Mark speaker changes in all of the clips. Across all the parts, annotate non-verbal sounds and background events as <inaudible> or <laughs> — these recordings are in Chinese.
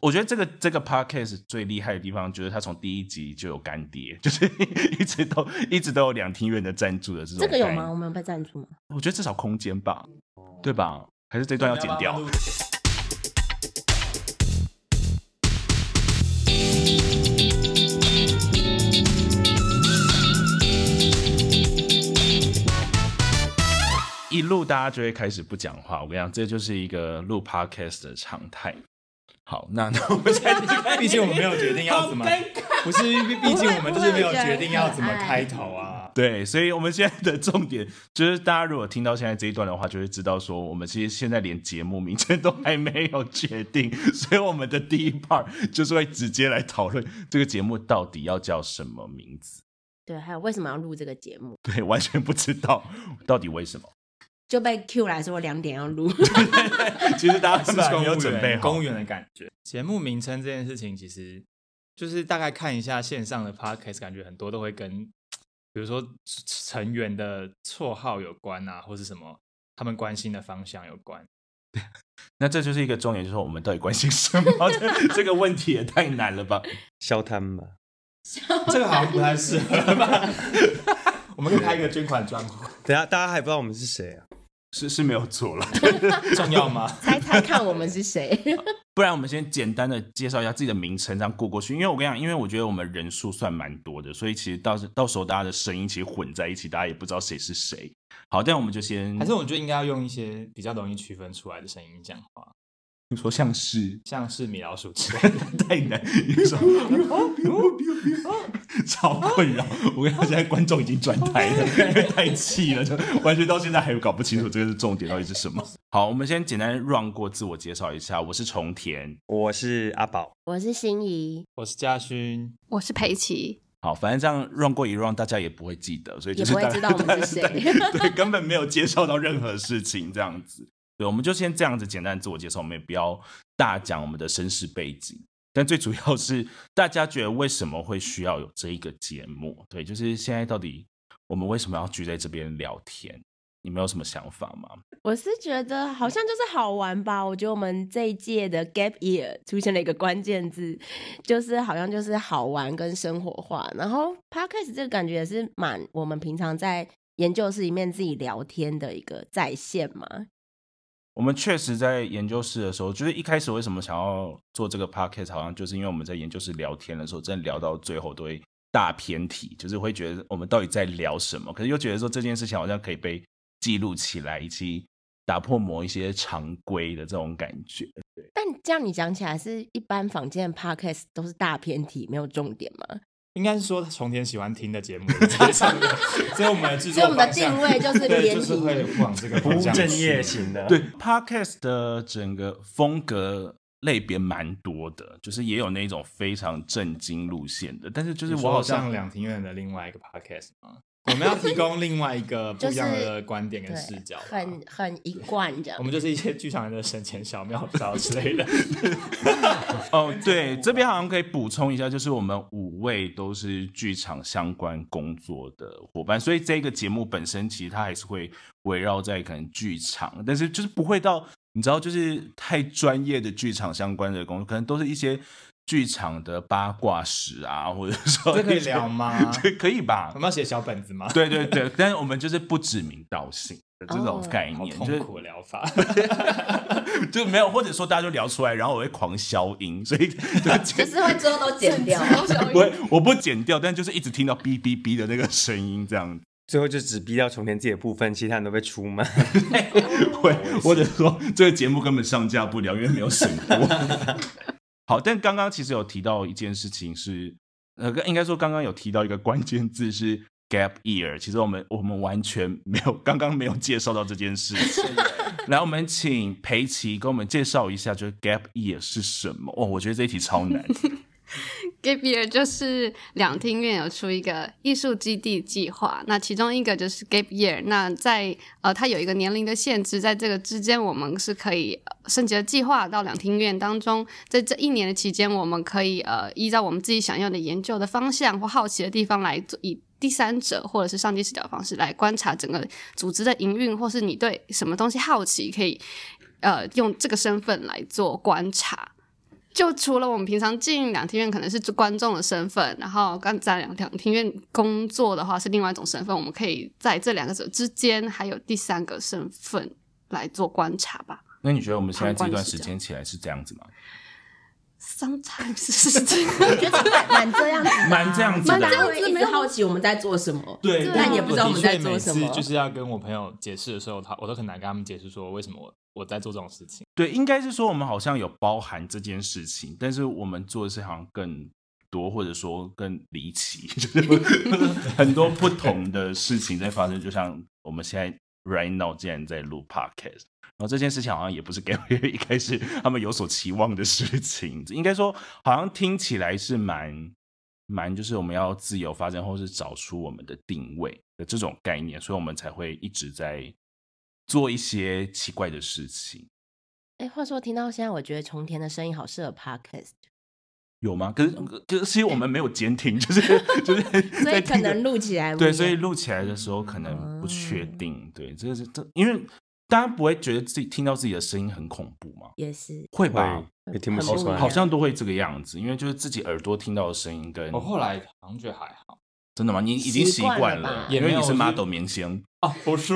Speaker 1: 我觉得这个这个 podcast 最厉害的地方，就是它从第一集就有干爹，就是一直都一直都有两厅院的赞助的这种。
Speaker 2: 这个有吗？我？们有被赞助吗？
Speaker 1: 我觉得至少空间吧，对吧？还是这段要剪掉？一录大家就会开始不讲话。我跟你讲，这就是一个录 podcast 的常态。好，那那我们现在就开始
Speaker 3: 哎毕竟我们没有决定要怎么，不是，毕毕竟我们就是没有决定要怎么开头啊。
Speaker 1: 对，所以我们现在的重点就是，大家如果听到现在这一段的话，就会知道说，我们其实现在连节目名称都还没有决定，所以我们的第一 part 就是会直接来讨论这个节目到底要叫什么名字。 <laughs>
Speaker 2: 对，还有为什么要录这个节目？
Speaker 1: 对，完全不知道到底为什么。
Speaker 2: 就被 Q 来说两点要 <laughs> 录，
Speaker 1: 其实大家
Speaker 3: 是
Speaker 1: 根本
Speaker 3: 公
Speaker 1: 没有
Speaker 3: 务
Speaker 1: 准备
Speaker 3: 员，公
Speaker 1: 好
Speaker 3: 务。员的感觉。节目名称这件事情，其实就是大概看一下线上的 podcast，感觉很多都会跟，比如说成员的绰号有关啊，或是什么他们关心的方向有关。
Speaker 1: 那这就是一个重点，就是我们到底关心什么？这这个问题也太难了吧？
Speaker 4: 消摊吧。
Speaker 3: <laughs> 这个好像不太适合吧？ <laughs> 我们可以开一个捐款专户，
Speaker 4: 等一下大家还不知道我们是谁啊？
Speaker 1: 是是没有做了。
Speaker 3: 重要吗？ <laughs>
Speaker 2: 猜猜看我们是谁？ <laughs>
Speaker 1: 不然我们先简单的介绍一下自己的名称，这样过过去。因为我跟你讲，因为我觉得我们人数算蛮多的，所以其实到时到时候大家的声音其实混在一起，大家也不知道谁是谁。好，但我们就先
Speaker 3: 还是我们就应该要用一些比较容易区分出来的声音讲话，
Speaker 1: 你说像是
Speaker 3: 像是米老鼠之类的。
Speaker 1: <laughs> 太难，你说 <laughs> 超困扰。我跟你讲，现在观众已经转台了，因为太气了，就完全到现在还搞不清楚这个是重点到底是什么。好，我们先简单 run 过自我介绍一下，我是重田。
Speaker 4: 我是阿宝，
Speaker 2: 我是心仪，
Speaker 3: 我是嘉勋，
Speaker 5: 我是佩奇，
Speaker 1: 好，反正这样 run 过一 run，大家也不会记得，所以就是
Speaker 2: 也不会
Speaker 1: 大家
Speaker 2: 知道我们是谁
Speaker 1: 对， <laughs> 对根本没有介绍到任何事情，这样子。对，我们就先这样子简单自我介绍，我们也不要大讲我们的身世背景。但最主要是，大家觉得为什么会需要有这一个节目？对，就是现在到底我们为什么要聚在这边聊天？你们有什么想法吗？
Speaker 2: 我是觉得好像就是好玩吧。我觉得我们这一届的 Gap Year 出现了一个关键字，就是好像就是好玩跟生活化。然后 Podcast 这个感觉也是蛮我们平常在研究室里面自己聊天的一个在线嘛。
Speaker 1: 我们确实在研究室的时候，就是一开始为什么想要做这个 podcast，好像就是因为我们在研究室聊天的时候，真的聊到最后都会大偏题，就是会觉得我们到底在聊什么，可是又觉得说这件事情好像可以被记录起来，以及打破某一些常规的这种感觉。
Speaker 2: 但这样你讲起来，是一般坊间的 Podcast 都是大偏题，没有重点吗？
Speaker 3: 应该是说从田喜欢听的节目的介绍的，所以我们的制
Speaker 2: 所以
Speaker 3: 作
Speaker 2: 我们的
Speaker 3: 方向
Speaker 2: 定位就是
Speaker 3: 对
Speaker 2: 偏
Speaker 3: 就是
Speaker 2: 题
Speaker 3: 会往这个
Speaker 4: 不
Speaker 3: 方
Speaker 4: 务
Speaker 3: 向
Speaker 4: 正
Speaker 3: 去
Speaker 4: 业型的。
Speaker 1: 对 podcast 的整个风格类别蛮多的，就是也有那种非常震惊路线的，但是就是
Speaker 3: 你
Speaker 1: 我
Speaker 3: 说
Speaker 1: 好像
Speaker 3: 上两庭院的另外一个 podcast 吗？我们要提供另外一
Speaker 2: <laughs>
Speaker 3: 个不一样
Speaker 2: 就
Speaker 3: 的
Speaker 2: 是
Speaker 3: 观点跟
Speaker 2: 对
Speaker 3: 视角吧，
Speaker 2: 很很一贯这样
Speaker 3: 我。们就是一些剧场人的省钱小妙招之类的。
Speaker 1: 哦，对，这边好像可以补充一下，就是我们五位都是剧场相关工作的伙伴，所以这个节目本身其实它还是会围绕在可能剧场，但是就是不会到你知道，就是太专业的剧场相关的工作，可能都是一些剧场的八卦史啊，或者说
Speaker 3: 这可以
Speaker 1: 一些
Speaker 3: 聊吗
Speaker 1: 对， <laughs> 可以吧
Speaker 3: 我？们要写小本子吗？
Speaker 1: 对对对，但是我们就是不指名道姓的这种
Speaker 2: 哦
Speaker 1: 概
Speaker 3: 好
Speaker 1: 念，就是
Speaker 3: 痛苦的
Speaker 1: <laughs>
Speaker 3: 疗法。
Speaker 1: 就没有，或者说大家就聊出来，然后我会狂消音，所以
Speaker 3: <laughs>
Speaker 1: 就
Speaker 2: 就是会最后都剪
Speaker 5: <laughs>
Speaker 2: 掉，
Speaker 1: <laughs> 不会，我不剪掉，但就是一直听到哔哔哔的那个声音，这 <laughs> 样子
Speaker 4: 最后就只逼到重田自己的部分，其他人都被出卖。
Speaker 1: 会，或者说这个节目根本上架不了，因为没有审过。 <laughs> 好，但刚刚其实有提到一件事情是，呃，应该说刚刚有提到一个关键字是 gap year，其实我们我们完全没有， <laughs> 刚刚没有介绍到这件事 <laughs> 情。来，我们请裴奇给我们介绍一下，就是 gap year 是什么？哦，我觉得这一题超 <laughs> 难。
Speaker 5: Gap Year 就是两厅院有出一个艺术基地计划，那其中一个就是 Gap Year。那在呃，它有一个年龄的限制，在这个之间，我们是可以呃升级的计划到两厅院当中，在这一年的期间，我们可以呃依照我们自己想要的研究的方向或好奇的地方来做以。第三者或者是上帝视角的方式来观察整个组织的营运，或是你对什么东西好奇，可以呃用这个身份来做观察。就除了我们平常进两厅院可能是观众的身份，然后刚在两两厅院工作的话是另外一种身份，我们可以在这两个者之间还有第三个身份来做观察吧。
Speaker 1: 那你觉得我们现在这段时
Speaker 5: 旁观
Speaker 1: 间起来是这样子吗？
Speaker 5: Sometimes 是这 <laughs> 样，
Speaker 2: 觉得蛮蛮这样子的啊，
Speaker 1: 蛮这样子的
Speaker 2: 就大家会一直好奇我们在做什么。
Speaker 1: 对
Speaker 5: 对啊
Speaker 2: 但也不知道我们在做
Speaker 3: 的确
Speaker 2: 什
Speaker 3: 每
Speaker 2: 么
Speaker 3: 次。就是要跟我朋友解释的时候，他我都很难跟他们解释说为什么我我在做这种事情。
Speaker 1: 对，应该是说我们好像有包含这件事情，但是我们做的事好像更多，或者说更离奇， <laughs> 就是很多不同的事情在发生。就像我们现在 right now 竟然在录 podcast，然后这件事情好像也不是 <laughs> 给我一开始他们有所期望的事情，应该说好像听起来是蛮蛮就是我们要自由发展，或是找出我们的定位的这种概念，所以我们才会一直在做一些奇怪的事情。
Speaker 2: 哎，话说听到现在，我觉得重田的声音好适合 podcast，
Speaker 1: 有吗？可是可是，其实我们没有监听， <laughs> 就是就是
Speaker 2: <laughs> 所
Speaker 1: 在
Speaker 2: 以
Speaker 1: 听
Speaker 2: 可
Speaker 1: 的
Speaker 2: 能录起来不一
Speaker 1: 对，
Speaker 2: 样嗯
Speaker 1: 所以录起来的时候可能不确定。对，这是这，因为大家不会觉得自己听到自己的声音很恐怖吗？
Speaker 2: 也是
Speaker 1: 会吧
Speaker 4: 会？也听不
Speaker 2: 很
Speaker 4: 习
Speaker 2: 不一
Speaker 4: 惯，
Speaker 2: 样
Speaker 1: 好像都会这个样子，因为就是自己耳朵听到的声音跟
Speaker 3: 我哦后来好像觉得还好
Speaker 1: 真的吗？你已经习惯
Speaker 2: 习惯了吧
Speaker 1: 因
Speaker 3: 也没
Speaker 1: 为
Speaker 3: 有
Speaker 1: 你是
Speaker 3: 我是
Speaker 1: model 明星，
Speaker 3: <laughs> 哦，不是，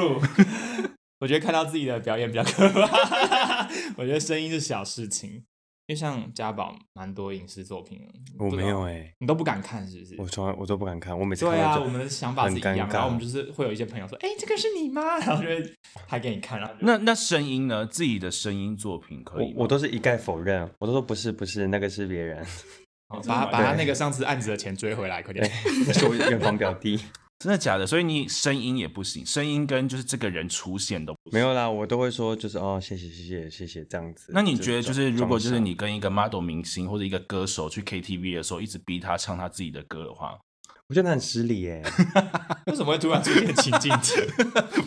Speaker 3: 我觉得看到自己的表演比较可怕。 <laughs> 我觉得声音是小事情，因为像家宝蛮多影视作品的，
Speaker 4: 我
Speaker 3: 不
Speaker 4: 没
Speaker 3: 懂
Speaker 4: 有哎，
Speaker 3: 你都不敢看是不是？
Speaker 4: 我从来我都不敢看，我每次
Speaker 3: 对
Speaker 4: 看
Speaker 3: 啊，
Speaker 4: 到就
Speaker 3: 我们的想法是
Speaker 4: 很
Speaker 3: 一样，
Speaker 4: 尴
Speaker 3: 然后我们就
Speaker 4: 尬。
Speaker 3: 是会有一些朋友说：“哎、这个是你吗？” <laughs> 然后就会拍给你看。 <laughs> 然后就
Speaker 1: 那那声音呢？自己的声音作品可以
Speaker 4: 我
Speaker 1: 吗
Speaker 4: 我都是一概否认，我都说不是不是，那个是别人，
Speaker 3: 然后哦把把他那个上次案子的钱追回来，快点。
Speaker 4: 那是我远房表弟。 <laughs>
Speaker 1: 真的假的？所以你声音也不行，声音跟就是这个人出现都不行
Speaker 4: 没。有啦，我都会说就是哦，谢谢谢谢谢谢这样子。
Speaker 1: 那你觉得，就是如果就是
Speaker 4: 装
Speaker 1: 你跟一个 model 明星或者一个歌手去 KTV 的时候，一直逼他唱他自己的歌的话， <laughs>
Speaker 4: 傻，我觉得很失礼欸耶。
Speaker 3: <laughs> 为什么会突然出现情境 <laughs> 题？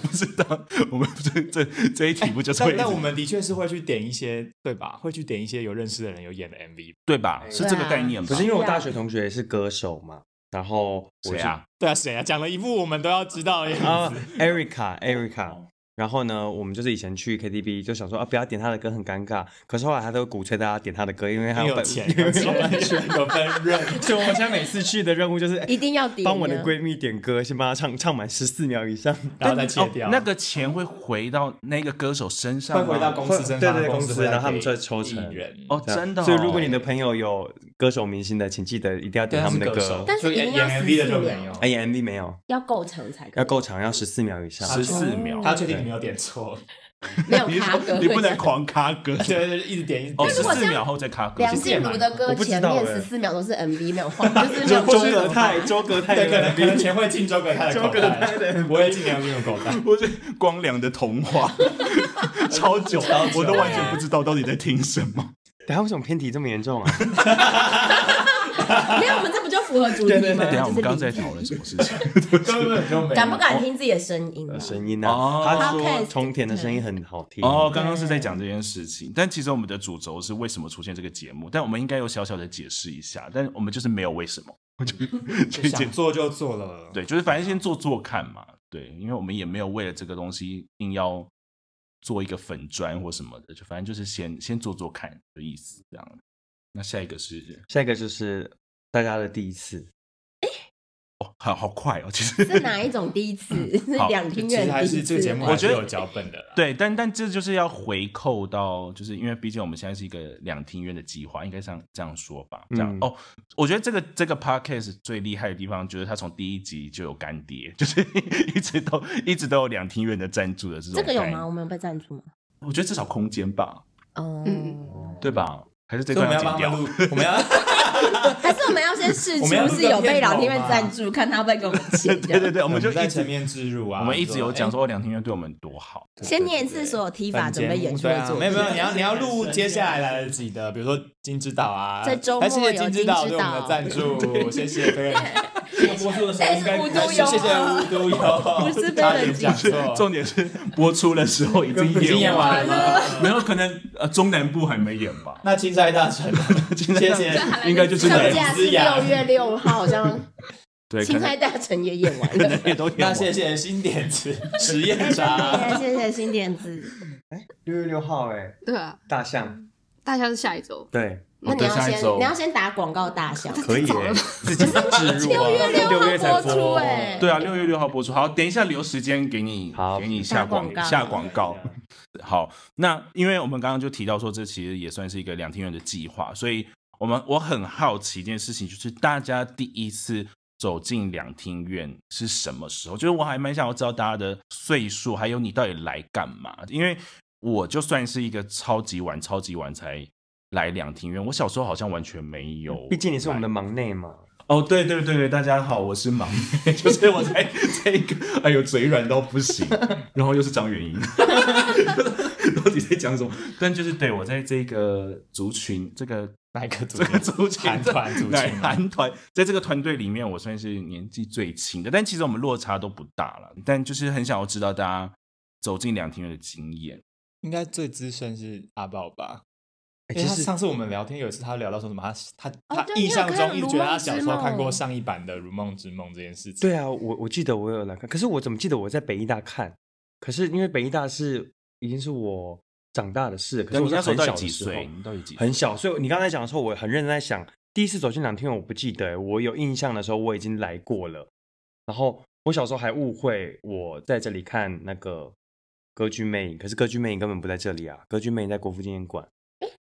Speaker 1: 不知道我们这这这一题不就是会一
Speaker 3: 但
Speaker 1: 直、
Speaker 3: 但我们的确是会去点一些，对吧？会去点一些有认识的人有演的 MV。
Speaker 1: 对吧？是这个概念吧？
Speaker 4: 不是因为我大学同学是歌手嘛，然后我
Speaker 1: 谁
Speaker 4: 是
Speaker 1: 啊？
Speaker 3: 对啊，谁啊？讲了一部我们都要知道的样
Speaker 4: 啊
Speaker 3: <laughs> 子。
Speaker 4: ，Erica Erica。然后呢，我们就是以前去 KTV 就想说啊，不要点他的歌很尴尬。可是后来他都鼓吹大家点他的歌，因为他
Speaker 3: 很有
Speaker 4: 本 <laughs>
Speaker 3: 钱，
Speaker 4: 因为
Speaker 3: 有钱，有分润。
Speaker 4: 所以我现在每次去的任务就是
Speaker 2: 一定要点
Speaker 4: 帮我的
Speaker 2: 呢
Speaker 4: 闺蜜点歌，先帮她唱唱满十四秒以上。
Speaker 3: 然后再切掉、
Speaker 1: 哦那个钱会回到那个歌手身上
Speaker 3: 会
Speaker 1: 吗，
Speaker 3: 回到公司身上，
Speaker 4: 对对对
Speaker 3: 公
Speaker 4: 公司
Speaker 3: 会再
Speaker 4: 然后他们
Speaker 3: 给
Speaker 4: 就会抽成
Speaker 3: 艺人
Speaker 1: 哦，真的哦、
Speaker 4: 所以如果 <laughs> 你的朋友有歌手明星的，请记得一定要点他们的
Speaker 3: 对是歌手
Speaker 4: 歌。
Speaker 2: 但是
Speaker 3: 就
Speaker 2: 一定
Speaker 3: 演
Speaker 2: 要啊
Speaker 3: 演 MV 的就
Speaker 2: 14
Speaker 3: 没有
Speaker 2: 秒。
Speaker 4: 哎呀，MV 没有，
Speaker 2: <laughs> 要够长才可以，
Speaker 4: 要够长，要十四秒以上。
Speaker 1: 十
Speaker 2: 哦
Speaker 1: 四秒，
Speaker 3: 他确定你没有点错，
Speaker 2: 没有
Speaker 1: 你
Speaker 2: 卡歌，
Speaker 1: 你不能狂卡歌，
Speaker 3: 对对，对一直点一直
Speaker 1: 哦，
Speaker 3: 点。
Speaker 1: 十
Speaker 2: 如果这
Speaker 1: 四
Speaker 2: 样
Speaker 1: 秒后再卡歌，
Speaker 2: 梁
Speaker 1: <laughs>
Speaker 2: 静茹的歌
Speaker 4: 我不知
Speaker 2: 前
Speaker 4: 道
Speaker 2: 面
Speaker 4: 欸
Speaker 2: 十四秒都是 MV 没有换，就是没有
Speaker 4: <laughs> 周周
Speaker 2: 换
Speaker 4: 格泰，周格泰
Speaker 3: 对，可
Speaker 4: 的
Speaker 3: 能可能
Speaker 4: MV，
Speaker 3: 钱会进周格泰的口
Speaker 4: 周格泰
Speaker 3: 袋，
Speaker 4: 的
Speaker 3: 不会进梁静茹口
Speaker 1: <laughs>
Speaker 3: 袋。
Speaker 1: 或是光良的童话， <laughs> 超久，我都完全不知道到底在听什么。
Speaker 4: 等下为什么偏题这么严重啊？
Speaker 2: 没有，我们这不就符合主题
Speaker 4: 对对
Speaker 2: 吗？
Speaker 1: 等一啊下，我
Speaker 2: 啊就
Speaker 1: 们
Speaker 2: 是
Speaker 1: 刚刚在
Speaker 2: 零
Speaker 1: 讨论什么事情？
Speaker 3: 根本就没有
Speaker 2: 敢不敢听自己的声音啊？
Speaker 4: 声音
Speaker 1: 哦
Speaker 4: 啊，他说
Speaker 2: Podcast
Speaker 4: 重田的声音很好听
Speaker 1: 哦，刚刚是在讲这件事情，但其实我们的主轴是为什么出现这个节目，但我们应该有小小的解释一下，但我们就是没有为什么，就
Speaker 3: 就
Speaker 1: 就
Speaker 3: 想做就做了。
Speaker 1: 对，就是反正先做做看嘛，对，因为我们也没有为了这个东西硬要做一个粉砖或什么的，就反正就是先先做做看的意思这样。那下一个是
Speaker 4: 下一个就是大家的第一次，
Speaker 1: 哦，好好快哦，其实
Speaker 2: 是哪一种第一次？是
Speaker 1: 好
Speaker 2: 两厅
Speaker 3: 其
Speaker 2: 院
Speaker 3: 实还
Speaker 2: 第一次
Speaker 3: 是这个节目，
Speaker 1: 我觉得
Speaker 3: 有脚本的啦。
Speaker 1: 对，但但这就是要回扣到，就是因为毕竟我们现在是一个两厅院的计划，应该这样这样说吧。这样、
Speaker 4: 嗯
Speaker 1: 哦，我觉得这个这个 podcast 最厉害的地方，就是它从第一集就有干爹，就是 <laughs> 一直都一直都有两厅院的赞助的这种。
Speaker 2: 这个有吗？我？们有被赞助吗？
Speaker 1: 我觉得至少空间吧，
Speaker 2: 哦、
Speaker 5: 嗯
Speaker 1: 对吧？还是这
Speaker 3: 所以我
Speaker 1: 段
Speaker 3: 们要
Speaker 1: 剪
Speaker 3: 帮
Speaker 1: 掉
Speaker 3: 他们？录，我们要
Speaker 2: 还是我们要先试出
Speaker 3: 我们要录个
Speaker 2: 是有被
Speaker 3: 片头
Speaker 2: 两厅院
Speaker 3: 嘛
Speaker 2: 赞助，看他会不会给我们钱这
Speaker 1: 对
Speaker 2: 样。
Speaker 1: 对对，我
Speaker 3: 我
Speaker 1: 们就
Speaker 3: 在
Speaker 1: 一直
Speaker 3: 前面置入啊。
Speaker 1: 我们一直有讲
Speaker 3: 哎
Speaker 1: 说哦两厅院对我们多好。
Speaker 2: 先念一次所有提法，准备演出
Speaker 3: 对
Speaker 2: 的
Speaker 3: 啊
Speaker 2: 作，
Speaker 3: 没
Speaker 2: 品。
Speaker 3: 有没有，你要你要录接下来来得及的，比如说金之岛
Speaker 2: <laughs>
Speaker 3: 啊，
Speaker 2: 这周末
Speaker 3: 还谢谢
Speaker 2: 有
Speaker 3: 金之岛对我们的赞
Speaker 2: <laughs>
Speaker 3: 助，谢谢。对，播出的时候应
Speaker 2: 但
Speaker 3: 该
Speaker 2: 是无独有偶啊
Speaker 3: 谢谢无独有偶，
Speaker 2: 不是被人
Speaker 3: 差点讲
Speaker 1: 是
Speaker 3: 错，
Speaker 1: 重点是播出的时候已经
Speaker 3: 已经演完
Speaker 1: 完
Speaker 3: 了，
Speaker 1: <laughs>
Speaker 2: <laughs>
Speaker 1: 没有可能呃中南部还没演吧？
Speaker 3: 那钦差
Speaker 2: <laughs>
Speaker 3: 大臣，
Speaker 1: 青
Speaker 3: 谢
Speaker 1: 菜
Speaker 3: 谢。
Speaker 2: 呃
Speaker 1: 应该就是
Speaker 2: 上
Speaker 1: 没有
Speaker 2: 架是
Speaker 3: 思雅
Speaker 2: 六月六号，好像
Speaker 1: 对，
Speaker 2: 《
Speaker 1: 可
Speaker 2: 钦
Speaker 1: 能
Speaker 2: 差大臣》也演完
Speaker 1: 可
Speaker 4: <laughs>
Speaker 2: 了。
Speaker 1: 能也都啊演
Speaker 3: 那
Speaker 1: 完
Speaker 3: 谢谢新点子实验
Speaker 2: 哎
Speaker 3: 茶，
Speaker 2: 谢谢新点子，
Speaker 4: 六月六号哎，
Speaker 5: 对啊，
Speaker 4: 大象
Speaker 5: 大象是下一周，
Speaker 4: 对，
Speaker 2: 那
Speaker 1: 我
Speaker 2: 你
Speaker 1: 对
Speaker 2: 要
Speaker 1: 下一
Speaker 2: 先
Speaker 1: 周
Speaker 2: 你要先打广告大小，
Speaker 4: 可以、欸、自己植入啊，
Speaker 2: 六月六
Speaker 4: 六
Speaker 2: 号
Speaker 4: 月才
Speaker 2: 播出哎、
Speaker 1: 对啊，六月六号播出。好，等一下留时间给你，
Speaker 4: 好
Speaker 1: 给你
Speaker 2: 打
Speaker 1: 下广
Speaker 2: 广告
Speaker 1: 下广告。好，那因为我们刚刚就提到说，这其实也算是一个两厅院的计划，所以我们我很好奇一件事情，就是大家第一次走进两厅院是什么时候？就是我还蛮想要知道大家的岁数，还有你到底来干嘛？因为我就算是一个超级晚、超级晚才来两厅院，我小时候好像完全没有来。
Speaker 4: 毕竟你是我们的忙内嘛。
Speaker 1: 哦，对对对对，大家好，我是忙， <laughs> 就是我才这个，哎呦，嘴软到不行，然后又是张元英， <laughs> 到底在讲什么？但就是对我在这个族群，这个
Speaker 3: 哪一个组
Speaker 1: 这个
Speaker 4: <laughs>
Speaker 3: 的？
Speaker 1: 族群，
Speaker 3: 韩团族群
Speaker 1: 对
Speaker 3: 吗
Speaker 1: 韩团，在这个团队里面，我算是年纪最轻的，但其实我们落差都不大了，但就是很想要知道大家走进两厅院的经验。
Speaker 3: 应该最资深是阿豹吧？
Speaker 4: 哎
Speaker 3: 因为
Speaker 4: 其
Speaker 3: 他
Speaker 4: 实
Speaker 3: 上次我们聊天有一次，他聊到说什么，他
Speaker 2: 哦
Speaker 3: 他他
Speaker 2: 对
Speaker 3: 印象中
Speaker 2: 你
Speaker 3: 一
Speaker 2: 有看如
Speaker 3: 直觉得
Speaker 2: 梦
Speaker 3: 他
Speaker 2: 之
Speaker 3: 小时候看过
Speaker 2: 梦
Speaker 3: 上一版的《如梦之梦》这件事情。
Speaker 4: 对啊，我我记得我有来看，可是我怎么记得我在北医大看？可是因为北医大是已经是我长大的事了，可
Speaker 1: 那
Speaker 4: 是我
Speaker 1: 你
Speaker 4: 是
Speaker 1: 那时候
Speaker 4: 很
Speaker 1: 到
Speaker 4: 小
Speaker 1: 底
Speaker 4: 的
Speaker 1: 几
Speaker 4: 时候
Speaker 1: 岁？你到底几岁？
Speaker 4: 很小，所以你刚才讲的时候，我很认真在想，第一次走进两天我不记得欸，我有印象的时候我已经来过了。然后我小时候还误会我在这里看那个《歌剧魅影》，可是《歌剧魅影》根本不在这里啊，《歌剧魅影》在国父纪念馆。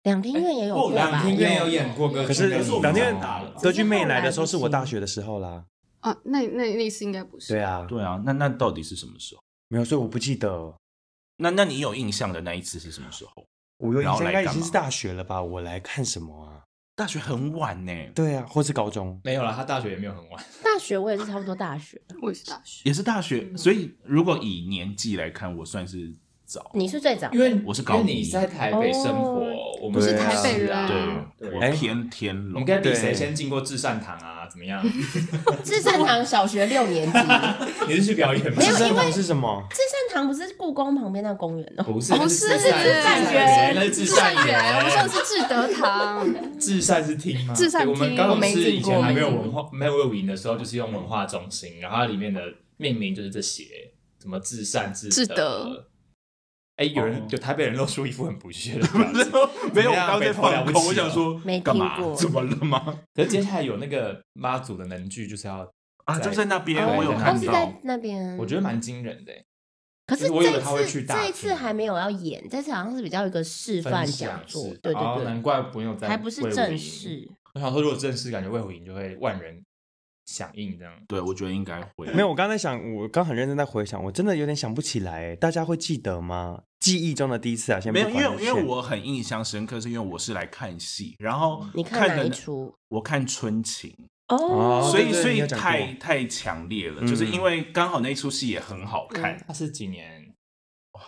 Speaker 2: 两厅院也有播吧？
Speaker 3: 两厅院有演过歌
Speaker 4: 可
Speaker 3: 剧
Speaker 4: 是
Speaker 3: 魅影
Speaker 4: 两天
Speaker 3: 吗
Speaker 4: 《歌剧魅影》来的时候是我大学的时候啦。
Speaker 5: 哦，那那那次应该不是。
Speaker 4: 对啊，
Speaker 1: 对啊，那那到底是什么时候？
Speaker 4: 没有，所以我不记得。
Speaker 1: 那那你有印象的那一次是什么时候？
Speaker 4: 我有
Speaker 1: 然
Speaker 4: 印
Speaker 1: 后
Speaker 4: 象，
Speaker 1: 来
Speaker 4: 应该已
Speaker 1: 干
Speaker 4: 经
Speaker 1: 嘛
Speaker 4: 是大学了吧？我来看什么啊？
Speaker 1: 大学很晚呢、
Speaker 4: 对啊，或是高中。
Speaker 3: 没有啦，他大学也没有很晚。
Speaker 2: 大学我也是差不多大学，
Speaker 5: 我也是大学。
Speaker 1: 也是大
Speaker 2: 嗯
Speaker 1: 学，所以如果以年纪来看，我算是早。
Speaker 2: 你是最早的，
Speaker 3: 因为
Speaker 1: 我是高
Speaker 3: 因为你
Speaker 1: 一
Speaker 3: 在台北生活
Speaker 2: 哦，
Speaker 3: 我们
Speaker 4: 不是
Speaker 3: 不
Speaker 4: 台北
Speaker 3: 是啊
Speaker 1: 对，我
Speaker 4: 哎
Speaker 1: 偏天
Speaker 3: 我
Speaker 1: 龙
Speaker 3: 们。该比
Speaker 4: 对
Speaker 3: 谁先进过至善堂啊？怎么样？ <laughs>
Speaker 2: 至善堂小学六年级，
Speaker 3: 你是去表演吗
Speaker 2: 没？有
Speaker 4: 资
Speaker 2: 因
Speaker 4: 生
Speaker 2: 为
Speaker 4: 堂是什么？
Speaker 2: 至善堂不是故宫旁边那公园哦、
Speaker 3: 不是，
Speaker 5: 不
Speaker 3: 是
Speaker 5: 是
Speaker 3: 至善
Speaker 5: 是至
Speaker 2: 善
Speaker 3: 谁
Speaker 2: 园
Speaker 3: 那是至
Speaker 5: 善
Speaker 3: 善
Speaker 5: 园，我们
Speaker 3: 园
Speaker 5: 说的。是智德堂，
Speaker 3: 至善是厅吗？
Speaker 5: 至善
Speaker 3: 对我们
Speaker 5: 厅
Speaker 3: 高
Speaker 5: 我
Speaker 3: 雄
Speaker 2: 没
Speaker 3: 市以
Speaker 2: 进过
Speaker 3: 前还没有
Speaker 2: 没进
Speaker 3: 文化没有文营的时候，就是用文化中心，然后它里面的命名就是这些，什么至善、至
Speaker 5: 至德。
Speaker 3: 哎，有人
Speaker 1: 哦
Speaker 3: 有台北人露出一副很不
Speaker 2: <laughs>
Speaker 3: 屑的表情。
Speaker 1: <laughs> 没有，
Speaker 3: 怎么
Speaker 1: 我刚
Speaker 3: 样
Speaker 1: 刚在
Speaker 3: 北投了
Speaker 1: 放
Speaker 3: 不
Speaker 1: 空，
Speaker 3: 起
Speaker 1: 我想
Speaker 3: 哦
Speaker 1: 说
Speaker 2: 没
Speaker 1: 干嘛
Speaker 2: 听？过
Speaker 1: 怎么了吗？
Speaker 3: 可是接下来有那个妈祖的能剧，就是要
Speaker 1: 啊，就在那边，
Speaker 3: 对
Speaker 1: 我有
Speaker 3: 在
Speaker 2: 哦
Speaker 1: 看
Speaker 2: 是
Speaker 1: 到
Speaker 2: 在。那边，
Speaker 3: 我觉得蛮惊人的欸。
Speaker 2: 可是
Speaker 3: 其实我以为他
Speaker 2: 这
Speaker 3: 会
Speaker 2: 一
Speaker 3: 去
Speaker 2: 次
Speaker 3: 大
Speaker 2: 这一
Speaker 3: 厅
Speaker 2: 次还没有要演，这次好像是比较一个示
Speaker 3: 分
Speaker 2: 范
Speaker 3: 享
Speaker 2: 讲座
Speaker 3: 式，
Speaker 2: 对
Speaker 3: 哦
Speaker 2: 对
Speaker 3: 难
Speaker 2: 对，
Speaker 3: 怪不用在
Speaker 2: 还不是
Speaker 3: 魏武
Speaker 2: 正
Speaker 3: 营。
Speaker 2: 式。
Speaker 3: 我想说，如果正式，感觉魏武营就会万人响应这样。
Speaker 1: 对，我觉得应该会。
Speaker 4: 没有，，我刚才想，我刚很认真在回想，我真的有点想不起来，大家会记得吗？记忆中的第一次啊，先不
Speaker 1: 没有，
Speaker 4: 管
Speaker 1: 因
Speaker 4: 路
Speaker 1: 为因为
Speaker 4: 线
Speaker 1: 我很印象深刻，是因为我是来看戏，然后
Speaker 2: 你看
Speaker 1: 的
Speaker 2: 哪一
Speaker 1: 那
Speaker 2: 出？
Speaker 1: 我看《春情》，
Speaker 4: 哦
Speaker 2: 哦，
Speaker 1: 所
Speaker 4: 对
Speaker 1: 以
Speaker 4: 对
Speaker 1: 所
Speaker 4: 你
Speaker 1: 以
Speaker 4: 有讲
Speaker 1: 太
Speaker 4: 过
Speaker 1: 太强烈了，就是因为刚好那一出戏也很好看。
Speaker 3: 他是几年？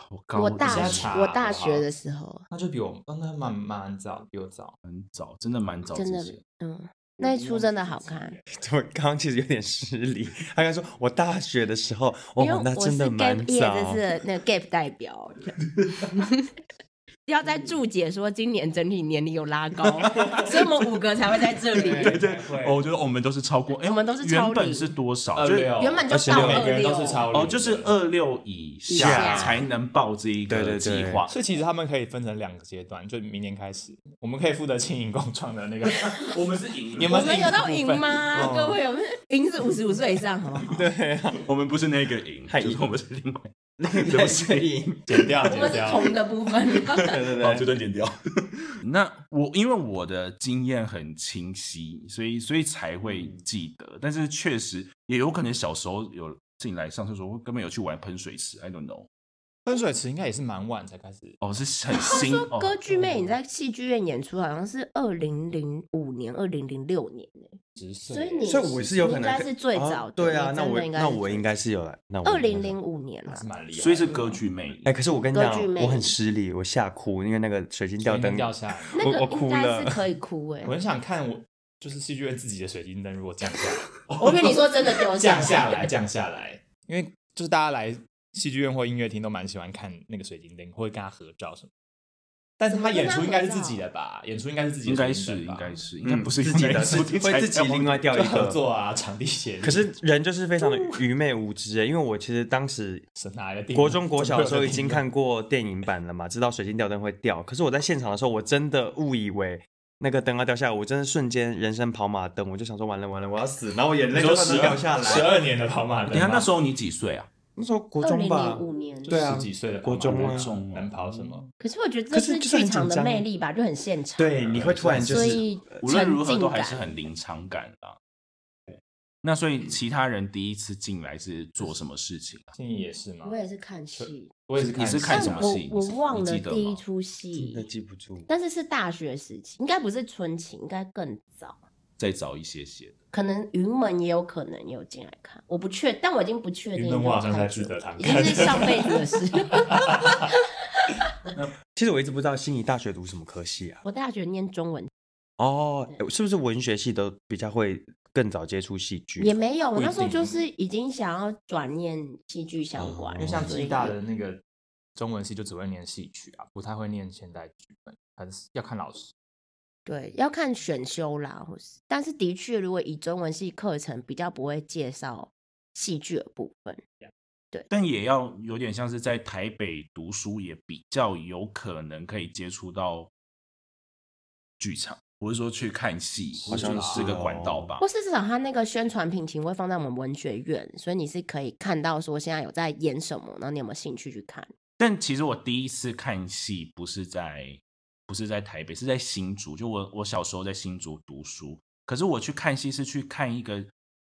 Speaker 1: 我高
Speaker 2: 嗯我
Speaker 3: 等一
Speaker 2: 大
Speaker 3: 下
Speaker 2: 学
Speaker 3: 查
Speaker 2: 我
Speaker 3: 好
Speaker 2: 大
Speaker 3: 不
Speaker 2: 学
Speaker 3: 好
Speaker 2: 的时候，
Speaker 3: 那就比我，哦那蛮蛮早，比我早。
Speaker 1: 很早，真的蛮早之
Speaker 2: 真
Speaker 1: 前，
Speaker 2: 的嗯，那一出真的好
Speaker 3: 嗯
Speaker 2: 看，
Speaker 4: <laughs> 怎么刚刚其实有点失礼？ <laughs> 他刚说我大学的时候，
Speaker 2: 因
Speaker 4: 哦
Speaker 2: 为，
Speaker 4: 那
Speaker 2: 我
Speaker 4: 真
Speaker 2: 是
Speaker 4: 的
Speaker 2: gap
Speaker 4: 蛮
Speaker 2: year，
Speaker 4: 早。
Speaker 2: 这是那个 gap 代表。要在注解说今年整体年龄有拉高，所以我们五个才会在这里。
Speaker 1: 对，哦，我觉得我们都是超过，哎，
Speaker 2: 我们都是超
Speaker 1: 原本
Speaker 2: 龄
Speaker 1: 是多少？
Speaker 3: 哦二
Speaker 1: 就是
Speaker 3: 六，
Speaker 2: 原本就
Speaker 4: 而且
Speaker 2: 到
Speaker 4: 每
Speaker 2: 二
Speaker 3: 个人
Speaker 2: 六，
Speaker 3: 都是超龄
Speaker 1: 哦，就是
Speaker 3: 的
Speaker 1: 二六以下
Speaker 2: 下
Speaker 1: 才能报这一
Speaker 4: 对
Speaker 1: 个
Speaker 4: 对
Speaker 1: 计
Speaker 4: 对
Speaker 1: 划。
Speaker 3: 所以其实他们可以分成两个阶段，就明年开始，我们可以负责轻盈共创的
Speaker 2: <laughs>
Speaker 3: 那个。
Speaker 1: 我们是赢
Speaker 3: 你
Speaker 2: 我
Speaker 3: 们是
Speaker 2: 们有到赢吗？
Speaker 4: 哦
Speaker 2: 各位，我们赢是五十五岁以上，好不好？
Speaker 4: 对啊，
Speaker 1: 我们不是那个赢，
Speaker 4: 太
Speaker 1: 就是
Speaker 4: 赢
Speaker 1: 我们是另外。
Speaker 4: <laughs> 对不起，
Speaker 3: 剪掉，
Speaker 2: 我们
Speaker 3: 剪
Speaker 2: 是
Speaker 3: 掉。
Speaker 2: 同的部
Speaker 1: <laughs>
Speaker 2: 分。
Speaker 1: 嗯好，
Speaker 4: 对对对
Speaker 1: 哦这，段剪掉。 <laughs> 那我因为我的经验很清晰，所以所以才会记得。但是确实也有可能小时候有自己来上厕所，或根本有去玩喷水池，I don't know。
Speaker 3: 喷水池应该也是蛮晚才开始，
Speaker 1: 哦，是很新
Speaker 2: 说歌
Speaker 1: 哦。
Speaker 2: 剧魅影在戏剧院演出，好像是二零零五年、二零零六年欸
Speaker 3: 十岁。
Speaker 2: 所以你
Speaker 4: 所以我是有可能
Speaker 2: 你应该是最
Speaker 4: 啊
Speaker 2: 早的
Speaker 4: 对啊，
Speaker 2: 你真
Speaker 4: 那
Speaker 2: 的
Speaker 4: 我
Speaker 2: 应该是
Speaker 4: 那我应该是有来，那
Speaker 1: 哦
Speaker 4: 我
Speaker 2: 二
Speaker 4: 应
Speaker 2: 零
Speaker 4: 该是
Speaker 2: 零五年啊了
Speaker 3: 还。是蛮厉害的，
Speaker 1: 所以是歌剧魅影
Speaker 4: 哎，可是我跟你
Speaker 2: 歌
Speaker 4: 讲
Speaker 2: 剧，魅
Speaker 4: 我很
Speaker 2: 影
Speaker 4: 失礼，我吓哭，因为那个水晶吊
Speaker 3: 掉灯
Speaker 4: 灯
Speaker 3: 掉下来。
Speaker 2: 那
Speaker 4: 我
Speaker 2: 个
Speaker 4: 我哭
Speaker 2: 应该是
Speaker 4: 了
Speaker 2: 可以哭哎、
Speaker 3: 我很想看我就是戏剧院自己的水晶灯，如果降下
Speaker 2: <laughs>
Speaker 3: 来，
Speaker 2: 我跟你说，真的
Speaker 3: <laughs>
Speaker 2: 丢
Speaker 3: 降下来，降下来，因为就是大家来戏剧院或音乐厅都蛮喜欢看那个水晶灯，会跟他合照什么。但是他演出应该是自己的
Speaker 2: 啊
Speaker 3: 吧？演出应该是自己
Speaker 1: 应
Speaker 3: 的
Speaker 1: 该
Speaker 3: 水
Speaker 1: 是
Speaker 3: 晶灯吧，
Speaker 1: 应该是应该
Speaker 4: 嗯，
Speaker 1: 不是
Speaker 4: 自
Speaker 1: 用
Speaker 4: 己
Speaker 1: 那
Speaker 4: 的，
Speaker 1: 一
Speaker 4: 是
Speaker 1: 出你
Speaker 4: 会
Speaker 1: 才
Speaker 4: 自己另外掉
Speaker 3: 就
Speaker 4: 一
Speaker 3: 合
Speaker 4: 个。
Speaker 3: 作啊，场地协力。
Speaker 4: 可是人就是非常的愚昧无知哎，因为我其实当时
Speaker 3: 是哪来的？
Speaker 4: 国中、国小的时候已经
Speaker 3: 看。
Speaker 4: 看过电影版了嘛，知道水晶吊灯会掉。可是我在现场的时候，我真的误以为那个灯要掉下来，我真的瞬间人生跑马灯，我就想说完了完了，我要死，然后我眼泪
Speaker 3: 你说
Speaker 4: 就快
Speaker 3: 十
Speaker 4: 要掉下
Speaker 3: 二
Speaker 4: 来。
Speaker 3: 十二年的跑马灯吗，
Speaker 1: 你看那时候你几岁啊？
Speaker 4: 那时候国
Speaker 2: 二
Speaker 4: 中
Speaker 2: 零
Speaker 4: 吧
Speaker 2: 零，五年，
Speaker 4: 对啊
Speaker 3: 十几岁的
Speaker 4: 国中啊
Speaker 3: 国中能跑什么？
Speaker 2: 可是我觉得这
Speaker 4: 可是
Speaker 2: 是
Speaker 4: 就是
Speaker 2: 剧
Speaker 4: 很
Speaker 2: 场
Speaker 4: 紧
Speaker 2: 的
Speaker 4: 张啊
Speaker 2: 魅力吧，就很现场，
Speaker 4: 对，你会突然就
Speaker 2: 所
Speaker 4: 是
Speaker 2: 以
Speaker 1: 无论如何
Speaker 2: 沉
Speaker 1: 都
Speaker 2: 浸
Speaker 1: 还是
Speaker 2: 感
Speaker 1: 很临场感啦。那所
Speaker 4: 嗯
Speaker 1: 以其他人第一次进来是做什么事情啊？
Speaker 3: 静怡也是吗
Speaker 2: 我？也是看戏，
Speaker 3: 我也是，
Speaker 1: 你是看什么
Speaker 2: 但我
Speaker 1: 戏
Speaker 2: 我
Speaker 1: 你是
Speaker 2: 忘
Speaker 1: 你
Speaker 2: 了
Speaker 1: 记得
Speaker 2: 第一
Speaker 1: 吗
Speaker 2: 出
Speaker 4: 真的
Speaker 2: 戏，
Speaker 4: 记不住。
Speaker 2: 但是是大学时期，应该不是春情，应该更早，
Speaker 1: 再早一些些的。
Speaker 2: 可能云门也有可能有进来看，我不确，但我已经不确定
Speaker 3: 云
Speaker 2: 有
Speaker 3: 门
Speaker 2: 没
Speaker 3: 我
Speaker 2: 有看
Speaker 3: 好像
Speaker 2: 过。
Speaker 3: 才值得谈
Speaker 2: 已经
Speaker 3: 看。
Speaker 2: 是上辈子的事。<laughs>
Speaker 3: <laughs>
Speaker 4: 其实我一直不知道心仪大学读什么科系啊？
Speaker 2: 我大学念中文
Speaker 4: 哦，
Speaker 2: 嗯
Speaker 4: 是不是文学系都比较会更早接触戏剧？
Speaker 2: 也没有，我
Speaker 4: 不一
Speaker 2: 那时候
Speaker 4: 定
Speaker 2: 就是已经想要转念戏剧相关，
Speaker 4: 哦
Speaker 3: 因为像
Speaker 2: 所以
Speaker 3: 暨大的那个中文系就只会念戏曲啊，不太会念现代剧本，还是要看老师。
Speaker 2: 对，要看选修啦，或是，但是的确，如果以中文系课程比较不会介绍戏剧的部分，
Speaker 1: 但也要有点像是在台北读书，也比较有可能可以接触到剧场，不是说去看戏，
Speaker 4: 好像
Speaker 1: 我觉得是个
Speaker 4: 是
Speaker 1: 管道
Speaker 4: 哦
Speaker 1: 吧
Speaker 2: 或。是至少他那个宣传品情会放在我们文学院，所以你是可以看到说现在有在演什么，然后你有没有兴趣去看？
Speaker 1: 但其实我第一次看戏不是在不是在台北，是在新竹。就我我小时候在新竹读书，可是我去看戏是去看一个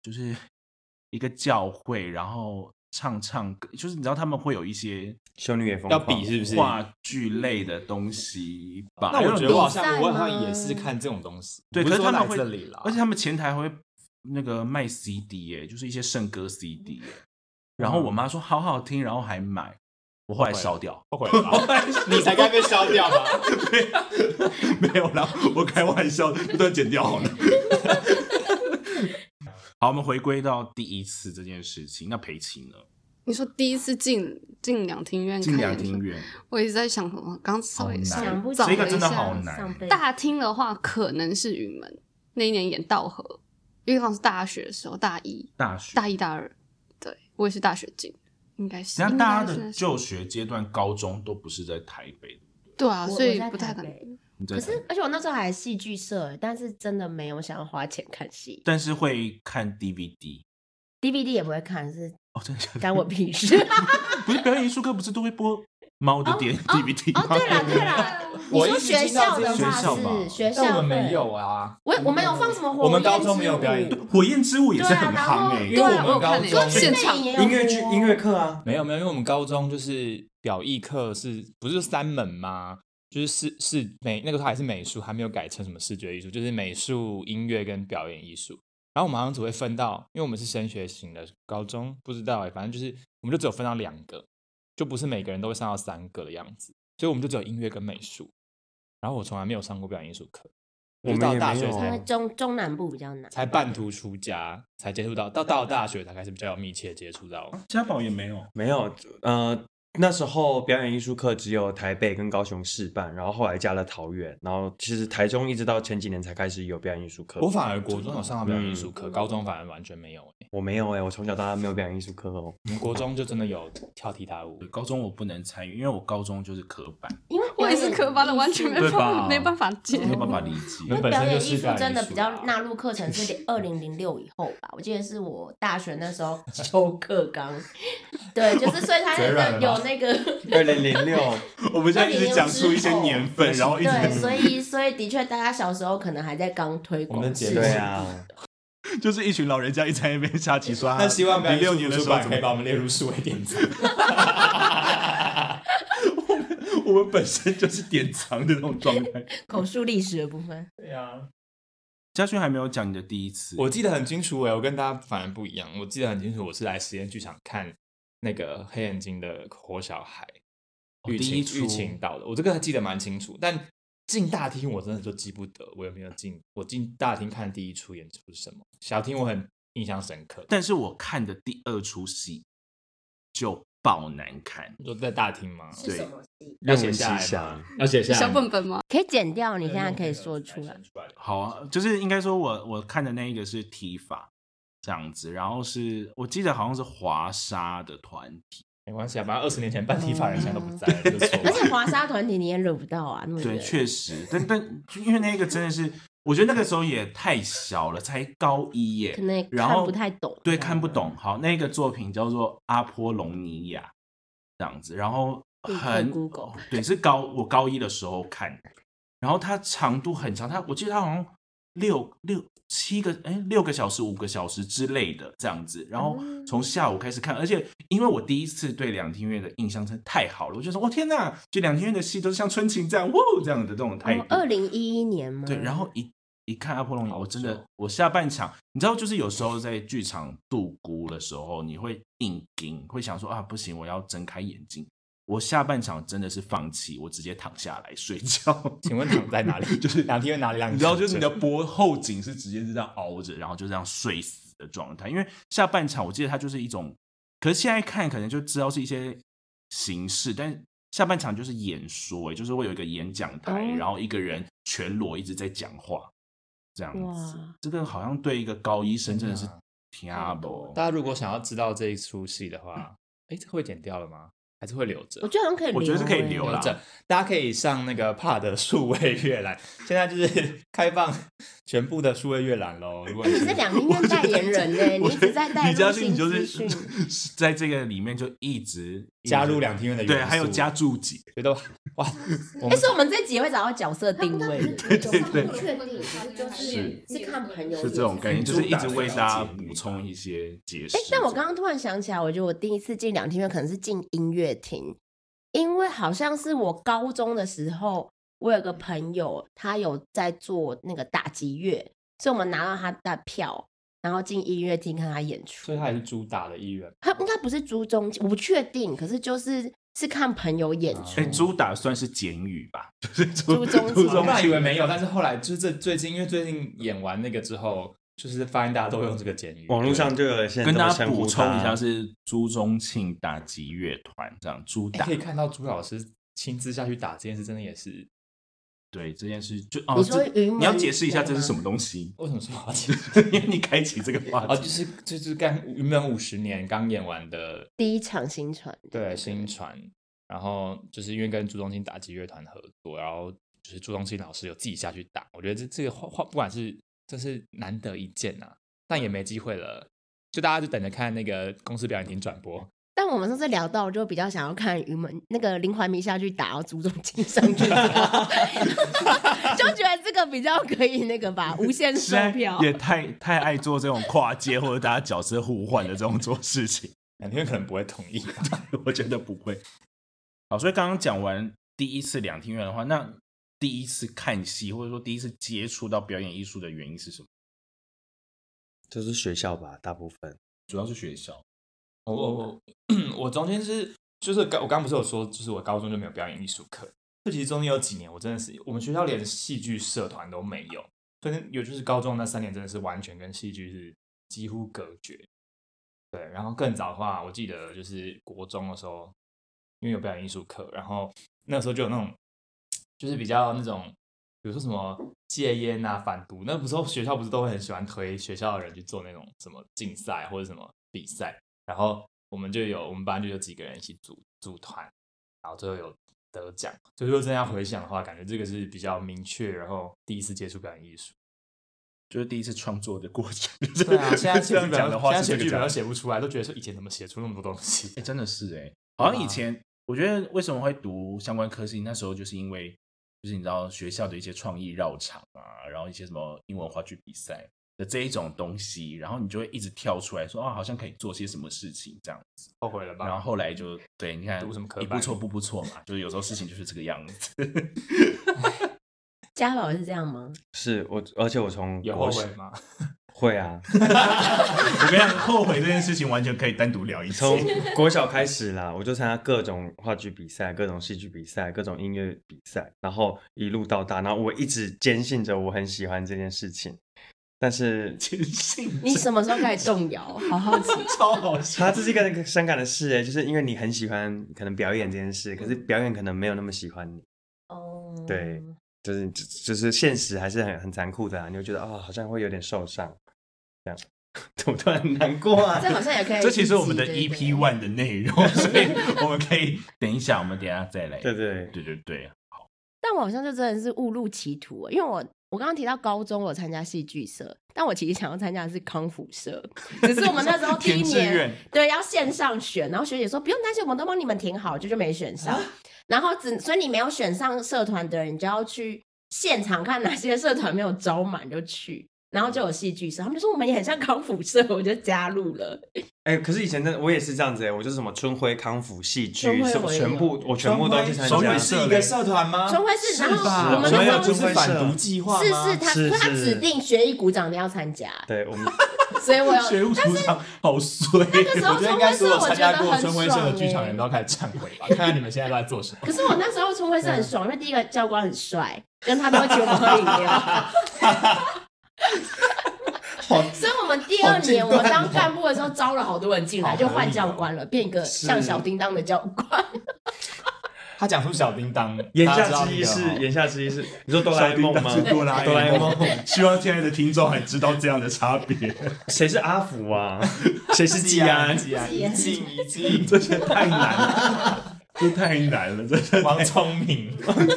Speaker 1: 就是 <laughs> 一个教会，然后唱唱歌，就是你知道他们会有一些
Speaker 4: 修女也疯
Speaker 3: 要
Speaker 4: 狂
Speaker 3: 比是不是嗯
Speaker 1: 话剧类的东西吧。
Speaker 3: 那我觉
Speaker 1: 因
Speaker 3: 得
Speaker 1: 为
Speaker 3: 我好
Speaker 2: 比赛
Speaker 3: 像我好
Speaker 2: 吗
Speaker 3: 像也是看这种东西，
Speaker 1: 对，
Speaker 3: 不
Speaker 1: 可
Speaker 3: 说
Speaker 1: 他们
Speaker 3: 来
Speaker 1: 会
Speaker 3: 这里啦，
Speaker 1: 而且他们前台会那个卖 CD 耶、就是一些圣歌 CD 耶、
Speaker 3: 嗯
Speaker 1: 然后我妈说好好听，然后还买，我后来烧掉。
Speaker 3: 后悔了吧， <laughs> 你才该被烧掉啊 <laughs> 吧？
Speaker 1: 没有啦，我开玩笑，这段剪掉好了。好，我们回归到第一次这件事情。那裴奇呢？
Speaker 5: 你说第一次进进两厅院看
Speaker 1: 进两
Speaker 5: 演出，
Speaker 1: 厅院，
Speaker 5: 我一直在想什么，刚稍微
Speaker 1: 好难
Speaker 5: 上
Speaker 2: 想不
Speaker 5: 找
Speaker 1: 这
Speaker 5: 了
Speaker 1: 个
Speaker 5: 一
Speaker 1: 真的
Speaker 5: 下，
Speaker 1: 好难
Speaker 2: 上辈子
Speaker 5: 大厅的话，可能是云门那一年演道和，因为好像是大学的时候，大一、
Speaker 1: 大学，
Speaker 5: 大一、大二，对我也是大学进，应该是。
Speaker 1: 人家大
Speaker 5: 应
Speaker 1: 二
Speaker 5: 该
Speaker 1: 的
Speaker 5: 是
Speaker 1: 就学阶段，高中都不是在台北的，
Speaker 5: 对啊，
Speaker 2: 我
Speaker 5: 所以
Speaker 2: 我在
Speaker 5: 不太
Speaker 2: 台
Speaker 5: 可能。
Speaker 2: 北
Speaker 1: 你在
Speaker 2: 可
Speaker 1: 台北
Speaker 2: 是，而且我那时候还戏剧社，欸但是真的没有想要花钱看戏
Speaker 1: 但是会看 DVD。
Speaker 2: ，DVD 也不会看，是
Speaker 1: 哦，真的
Speaker 2: <laughs>
Speaker 1: 假的？
Speaker 2: 干我屁
Speaker 3: <laughs>
Speaker 2: 事。
Speaker 1: 不是表演艺术课不是都会播猫的电 DVD 吗？
Speaker 2: 哦，对啦对
Speaker 3: <laughs>
Speaker 2: 啦，你
Speaker 3: 我
Speaker 2: 说
Speaker 3: 一直
Speaker 2: 学
Speaker 3: 听到
Speaker 2: 校
Speaker 3: 这
Speaker 2: 的
Speaker 3: 样
Speaker 1: 学校
Speaker 2: 话
Speaker 1: 吧
Speaker 2: 是学校
Speaker 3: 但我们
Speaker 2: 会
Speaker 3: 没有啊，
Speaker 2: 我我们有放什么火
Speaker 3: 我们
Speaker 2: 焰
Speaker 3: 高中没有
Speaker 2: 之舞
Speaker 3: 表演
Speaker 1: <laughs> 火焰之舞也是
Speaker 2: 对啊
Speaker 1: 很
Speaker 2: 然后
Speaker 1: 夯哎、
Speaker 3: 因为我
Speaker 5: 对啊
Speaker 3: 们
Speaker 5: 有
Speaker 3: 高
Speaker 5: 看那个
Speaker 3: 中
Speaker 5: 现场
Speaker 2: 也有
Speaker 4: 音乐剧
Speaker 2: 播
Speaker 4: 音乐课啊，
Speaker 3: 没有没有，因为我们高中就是表艺课是不是三门吗？就是视视美那个时候还是美术，还没有改成什么视觉艺术，就是美术、音乐跟表演艺术。然后我们好像只会分到，因为我们是升学型的高中，不知道哎、反正就是我们就只有分到两个，就不是每个人都会上到三个的样子，所以我们就只有音乐跟美术。然后我从来没有上过表演艺术课，
Speaker 4: 我们
Speaker 3: 就到
Speaker 4: 也
Speaker 3: 大
Speaker 4: 没
Speaker 3: 学
Speaker 4: 有欸
Speaker 2: 因为
Speaker 3: 才
Speaker 2: 中中南部比较难，
Speaker 3: 才半途出家，才接触到，到到大学才开始比较有密切接触到。
Speaker 1: 家宝也没有，
Speaker 4: 没有呃。那时候表演艺术课只有台北跟高雄市办，然后后来加了桃园，然后其实台中一直到前几年才开始有表演艺术课。
Speaker 3: 我反而国中有上到表演艺术
Speaker 4: 嗯
Speaker 3: 课，高中反而完全没有、欸。
Speaker 4: 我没有哎、我从小到大没有表演艺术课哦。
Speaker 3: 我们国中就真的有跳踢踏舞
Speaker 1: 对，高中我不能参与，因为我高中就是科班，
Speaker 2: 因为
Speaker 5: 我也是科班的，完全没
Speaker 1: 对
Speaker 5: 办
Speaker 1: 吧
Speaker 5: 法，没办法接。
Speaker 1: 没有办法理
Speaker 2: <laughs>
Speaker 1: 解。
Speaker 3: 那本
Speaker 2: 表
Speaker 3: 身
Speaker 2: 演
Speaker 3: 就
Speaker 2: 艺
Speaker 3: 是
Speaker 2: 术
Speaker 3: 表演
Speaker 2: 真的
Speaker 3: 艺术
Speaker 2: 比较
Speaker 3: 啊
Speaker 2: 纳入课
Speaker 1: <laughs>
Speaker 2: 程是二零零六以后吧，我记得是我大学那时候修课纲，对，就是所以
Speaker 1: <laughs>
Speaker 2: 他
Speaker 3: 嘴软
Speaker 2: 那
Speaker 3: 了
Speaker 2: 个
Speaker 3: 吧
Speaker 2: 有那个。
Speaker 4: <laughs> 二零零六，
Speaker 1: 我们现在一
Speaker 2: 现在
Speaker 1: 直
Speaker 2: 一直
Speaker 1: 讲
Speaker 2: 讲
Speaker 1: 出
Speaker 2: 出
Speaker 1: 一
Speaker 2: 一
Speaker 1: 些
Speaker 2: 些
Speaker 1: 年
Speaker 2: 年
Speaker 1: 份，然后一
Speaker 2: 对，
Speaker 1: 直
Speaker 2: 所以所以的确，大家小时候可能还在刚推
Speaker 3: 我们
Speaker 2: 广
Speaker 3: 的节
Speaker 2: 事
Speaker 3: 目
Speaker 4: 对
Speaker 2: 情，
Speaker 4: 啊，
Speaker 1: 就是一群老人家一直 <laughs> 在那边下棋刷。
Speaker 3: 那希望
Speaker 1: 零
Speaker 3: 零
Speaker 1: 六年
Speaker 3: 六年
Speaker 1: 的
Speaker 3: 的
Speaker 1: 时
Speaker 3: 时
Speaker 1: 候
Speaker 3: 候
Speaker 1: 怎
Speaker 3: 可以
Speaker 1: 么？
Speaker 3: 把我们列入数位典藏。
Speaker 1: 我们本身就是典藏的那种状态。
Speaker 2: 口述历史的部分。
Speaker 3: 对啊，
Speaker 1: 嘉轩还没有讲你的第一次，
Speaker 3: 我记得很清楚哎、我跟大家反而不一样，我记得很清楚，我是来实验剧场看那个黑眼睛的活小孩，
Speaker 1: 哦
Speaker 3: 玉
Speaker 1: 第
Speaker 3: 琴
Speaker 1: 一出
Speaker 3: 玉琴导的，我这个还记得蛮清楚，但。进大厅我真的就记不得我有没有进，我进大厅看第一出演出是什么，小厅我很印象深刻，
Speaker 1: 但是我看的第二出戏就爆难看，
Speaker 3: 你说在大厅吗？
Speaker 1: 对什
Speaker 2: 么戏？
Speaker 3: 要写下来吗，要写下来吗。
Speaker 5: <laughs> 小本本吗？
Speaker 2: 可以剪掉，你现在可以说出来。。
Speaker 1: 好啊，就是应该说我我看的那一个是体法这样子，然后是我记得好像是华沙的团体，
Speaker 3: 没关系啊，反正二十年前办体法人现在都不在了，就是错
Speaker 2: 而且
Speaker 3: 吧。
Speaker 2: 华沙团体你也惹不到啊，那么
Speaker 1: 对，
Speaker 2: 远
Speaker 1: 确实，但 <laughs> 但因为那个真的是，我觉得那个时候也太小了，才高一耶，
Speaker 2: 可能也
Speaker 1: 然
Speaker 2: 看
Speaker 1: 后
Speaker 2: 不太懂
Speaker 1: 对，
Speaker 2: 这样
Speaker 1: 看不懂。好，那个作品叫做《阿波隆尼亚》这样子，然后
Speaker 2: 可以
Speaker 1: 很
Speaker 2: Google
Speaker 1: 对，是高我高一的时候看，然后它长度很长，它我记得它好像六六七个哎六个小时五个小时之类的这样子，然后从下午开始看，而且因为我第一次对梁天月的印象真的太好了，我就说我、哦、天哪，就梁天月的戏都是像春情这样哇这样的这种态度，
Speaker 2: 哦二零一一年吗？
Speaker 1: 对，然后一一看阿波罗，我真的，我下半场，你知道，就是有时候在剧场度孤的时候，你会硬盯，会想说啊，不行，我要睁开眼睛。我下半场真的是放弃，我直接躺下来睡觉。 <laughs>
Speaker 3: 请问躺在哪里？
Speaker 1: 就是
Speaker 3: 两天哪里让
Speaker 1: 你知道，就是
Speaker 3: 躺
Speaker 1: 你
Speaker 3: 着
Speaker 1: 的脖后颈是直接是这样凹着，然后就这样睡死的状态。因为下半场我记得它就是一种，可是现在看可能就知道是一些形式，但下半场就是演说、欸就是会有一个演讲台，
Speaker 2: 哦
Speaker 1: 然后一个人全裸一直在讲话，这样子
Speaker 2: 哇。
Speaker 1: 这个好像对一个高医生真的是挺
Speaker 3: 天哪
Speaker 2: 好
Speaker 3: 啊
Speaker 1: 阿
Speaker 2: 多
Speaker 1: 伯，
Speaker 3: 大家如果想要知道这一出戏的话，哎、这个会剪掉了吗？还是会留着？
Speaker 2: 我觉得好像可以留欸，
Speaker 1: 我觉得是可以留啦
Speaker 3: 留着，大家可以上那个 PAD 的数位阅览，现在就是 <laughs> 开放全部的数位阅览喽。如果
Speaker 2: 哎你是
Speaker 1: <laughs>
Speaker 2: 两厅院代言人呢，你
Speaker 1: 我
Speaker 2: 一
Speaker 1: 觉得
Speaker 2: 直在带
Speaker 1: 李嘉
Speaker 2: 入
Speaker 1: 欣，
Speaker 2: 新
Speaker 1: 你就
Speaker 2: 资
Speaker 1: 是
Speaker 2: 讯。
Speaker 1: <laughs> 在这个里面就一直
Speaker 3: 加入两厅院的元素
Speaker 1: 对，还有加注解。
Speaker 3: 觉得哇，我
Speaker 2: 哎，
Speaker 3: 们
Speaker 2: 所以我们这集也会找到角色定位的，
Speaker 1: 对对对
Speaker 2: 不确定，就是是看朋友
Speaker 1: 是这种概念，就是一直为大家
Speaker 3: 主打的了解
Speaker 1: 补充一些解释。
Speaker 2: 哎，但我刚刚突然想起来，我觉得我第一次进两厅院可能是进音乐厅，因为好像是我高中的时候，我有个朋友他有在做那个打击乐，所以我们拿到他的票，然后进音乐厅看他演出。
Speaker 3: 所以他也是主打的一员。
Speaker 2: 他应该不是朱中基，我不确定，可是就是是看朋友演出
Speaker 1: 哎，。主打算是简语吧， <laughs> 就是
Speaker 2: 朱宗
Speaker 1: 朱
Speaker 2: 庆
Speaker 3: 我
Speaker 1: 宗
Speaker 3: 本来以
Speaker 1: 庆
Speaker 3: 为没有，但是后来就是这最近，因为最近演完那个之后，就是发现大家都用这个简语，
Speaker 4: 网络上就有人现在
Speaker 1: 跟
Speaker 4: 这么
Speaker 1: 大家
Speaker 4: 称呼
Speaker 1: 补充一下
Speaker 4: 他
Speaker 1: 是朱宗庆打击乐团这样主
Speaker 3: 诶
Speaker 1: 打
Speaker 3: 可以看到朱老师亲自下去打这件事，真的也是
Speaker 1: 对这件事就哦，
Speaker 2: 你说
Speaker 1: 这
Speaker 2: 云门
Speaker 1: 你要解释一下
Speaker 2: 对
Speaker 1: 这
Speaker 2: 吗
Speaker 1: 是什么东西，
Speaker 3: 为什么说好 <laughs> 听？
Speaker 1: <laughs> 因为你开启这个话
Speaker 3: 哦，
Speaker 1: 题，
Speaker 3: 就是 <laughs> 就是刚原本五十年刚演完的
Speaker 2: 第一场新传，
Speaker 3: 对新传，然后就是因为跟朱宗庆打击乐团合作，然后就是朱宗庆老师有自己下去打，我觉得这这个画画不管是真是难得一见呐、但也没机会了，就大家就等着看那个公司表演厅转播。
Speaker 2: 但我们上次聊到，我就比较想要看云门那个林怀民下去打，然后朱宗 <laughs> 庆上去打， <laughs> 就觉得这个比较可以那个吧，无
Speaker 1: <laughs>
Speaker 2: 限售
Speaker 1: 现在
Speaker 2: 票。
Speaker 1: 也太太爱做这种跨界或者大家角色互换的这种做事情，
Speaker 3: 两天可能不会同意吧，啊
Speaker 1: 我觉得不会。好，所以刚刚讲完第一次两厅院的话，那第一次看戏或者说第一次接触到表演艺术的原因是什么？
Speaker 4: 就是学校吧，大部分
Speaker 1: 主要是学校。
Speaker 3: 我我我我中间是就是刚我刚不是有说，就是我高中就没有表演艺术课，这其实中间有几年我真的是我们学校连戏剧社团都没有，所以那尤其是高中那三年真的是完全跟戏剧是几乎隔绝。对，然后更早的话，我记得就是国中的时候，因为有表演艺术课，然后那时候就有那种就是比较那种，比如说什么戒烟啊、反毒，那不是学校不是都会很喜欢推学校的人去做那种什么竞赛或者什么比赛。然后我们就有我们班就有几个人一起组组团，然后最后有得奖。所以说真的要回想的话，感觉这个是比较明确，然后第一次接触表演艺术。
Speaker 1: 就是第一次创作的过程。 <laughs>
Speaker 3: 对啊，现在
Speaker 1: 这
Speaker 3: 写
Speaker 1: 样讲
Speaker 3: 剧
Speaker 1: 的
Speaker 3: 本都，
Speaker 1: 话
Speaker 3: 现在
Speaker 1: 是这
Speaker 3: 写
Speaker 1: 个
Speaker 3: 剧本
Speaker 1: 讲
Speaker 3: 都写不出来，都觉得说以前怎么写出那么多东西
Speaker 1: 哎、？真的是哎、好像
Speaker 3: 对
Speaker 1: 以
Speaker 3: 啊
Speaker 1: 前我觉得为什么会读相关科系，那时候就是因为就是你知道学校的一些创意绕场啊，然后一些什么英文话剧比赛的这一种东西，然后你就会一直跳出来说啊，好像可以做些什么事情这样子。
Speaker 3: <laughs> 后悔了吧？
Speaker 1: 然后后来就对，你看
Speaker 3: 读什么科
Speaker 1: 一步
Speaker 3: 班
Speaker 1: 错步步错嘛，就是有时候事情就是这个样子。
Speaker 2: 嘉宝是这样吗？
Speaker 4: 是我，而且我从
Speaker 3: 有
Speaker 4: 国
Speaker 3: 后悔
Speaker 4: 小
Speaker 3: <laughs> 吗？
Speaker 4: 会啊，
Speaker 1: 我跟你讲，后悔这件事情完全可以单独聊一次。 <laughs>
Speaker 4: 从国小开始啦，我就参加各种话剧比赛、各种戏剧比赛、各种音乐比赛，然后一路到大，然后我一直坚信着我很喜欢这件事情，但是
Speaker 1: 坚信
Speaker 2: 你什么时候开始动摇？ <laughs> 好好奇。
Speaker 1: 超好笑。
Speaker 4: 它这是一个很伤感的事哎，就是因为你很喜欢可能表演这件事，可是表演可能没有那么喜欢你，
Speaker 2: 哦，
Speaker 4: 对，就是就就是现实还是很很残酷的啊，你会觉得哦，好像会有点受伤。 <laughs> 怎么突然难过啊？
Speaker 2: 这好像也可以。
Speaker 1: 这其实我们的
Speaker 2: 一集
Speaker 1: EP。One 的内容，所以我们可以等一下，我们等一下再来。
Speaker 4: 对对，
Speaker 1: 对对对，
Speaker 2: 但我好像就真的是误入歧途了，因为我我刚刚提到高中我参加戏剧社，但我其实想要参加的是康复社，只是我们那时候第
Speaker 1: <laughs>
Speaker 2: 一
Speaker 1: 填志
Speaker 2: 年
Speaker 1: 愿
Speaker 2: 对要线上选，然后学姐说不用担心，我们都帮你们填好，就就没选上。然后只所以你没有选上社团的人，你就要去现场看哪些社团没有招满就去。然后就有戏剧社，他们就说我们也很像康复社，我就加入了。
Speaker 4: 哎、可是以前真的我也是这样子哎、我就是什么春晖康复戏
Speaker 2: 春
Speaker 4: 剧，
Speaker 2: 晖
Speaker 4: 什么
Speaker 2: 我也
Speaker 4: 全部我全部都去
Speaker 1: 春
Speaker 4: 参
Speaker 3: 中
Speaker 1: 晖
Speaker 4: 加
Speaker 3: 文
Speaker 1: 春。
Speaker 3: 是一个社团吗？
Speaker 2: 中会是，然
Speaker 3: 吧
Speaker 2: 后我们
Speaker 3: 们
Speaker 2: 那
Speaker 3: 有
Speaker 2: 时
Speaker 3: 中
Speaker 2: 候
Speaker 3: 会反毒计划
Speaker 2: 是
Speaker 3: 吗？
Speaker 2: 是他，
Speaker 6: 是
Speaker 2: 可他
Speaker 6: 是
Speaker 2: 指定学艺鼓掌的要参加，
Speaker 4: 对，我们
Speaker 2: 所以我
Speaker 3: <laughs>
Speaker 2: 有
Speaker 1: 学务组长好衰。
Speaker 2: 那时
Speaker 3: 我
Speaker 2: 候
Speaker 3: 觉得
Speaker 2: 春
Speaker 3: 应该
Speaker 2: 晖社
Speaker 3: 所有
Speaker 2: 我
Speaker 3: 参
Speaker 2: 觉
Speaker 3: 加
Speaker 2: 得
Speaker 3: 过
Speaker 2: 很
Speaker 3: 春
Speaker 2: 爽
Speaker 3: 晖社的剧场
Speaker 2: 欸
Speaker 3: 人都要开始忏悔吧，看看你们现在都在做什
Speaker 2: <laughs>
Speaker 3: 么。
Speaker 2: 可是我那时候春晖社很爽，因为第一个教官很帅，跟他都会请我们喝饮料，
Speaker 4: 好
Speaker 2: 所以我们第二年我当干部的时候招了好多人进来，就换教官了，变一个像小叮当的教官。
Speaker 3: 他讲出小叮当，
Speaker 4: 言
Speaker 3: 大家知
Speaker 4: 下
Speaker 3: 道
Speaker 4: 之
Speaker 3: 那
Speaker 4: 意
Speaker 3: 个
Speaker 4: 是
Speaker 3: 哦
Speaker 4: 言下之意是，你说哆啦 A 梦吗
Speaker 1: 小叮当？是哆啦 A
Speaker 4: 哆啦 A 梦，
Speaker 1: 梦，希望亲爱的听众还知
Speaker 3: <laughs>
Speaker 1: 道这样的差别，
Speaker 4: 谁是阿福啊？谁是
Speaker 3: 季
Speaker 4: 季安
Speaker 3: <laughs> 安，？季安，
Speaker 2: 季
Speaker 3: 一
Speaker 2: 安
Speaker 3: 静一静，
Speaker 1: 这些太难了，这太难了，真的。
Speaker 3: 王聪明，
Speaker 2: 王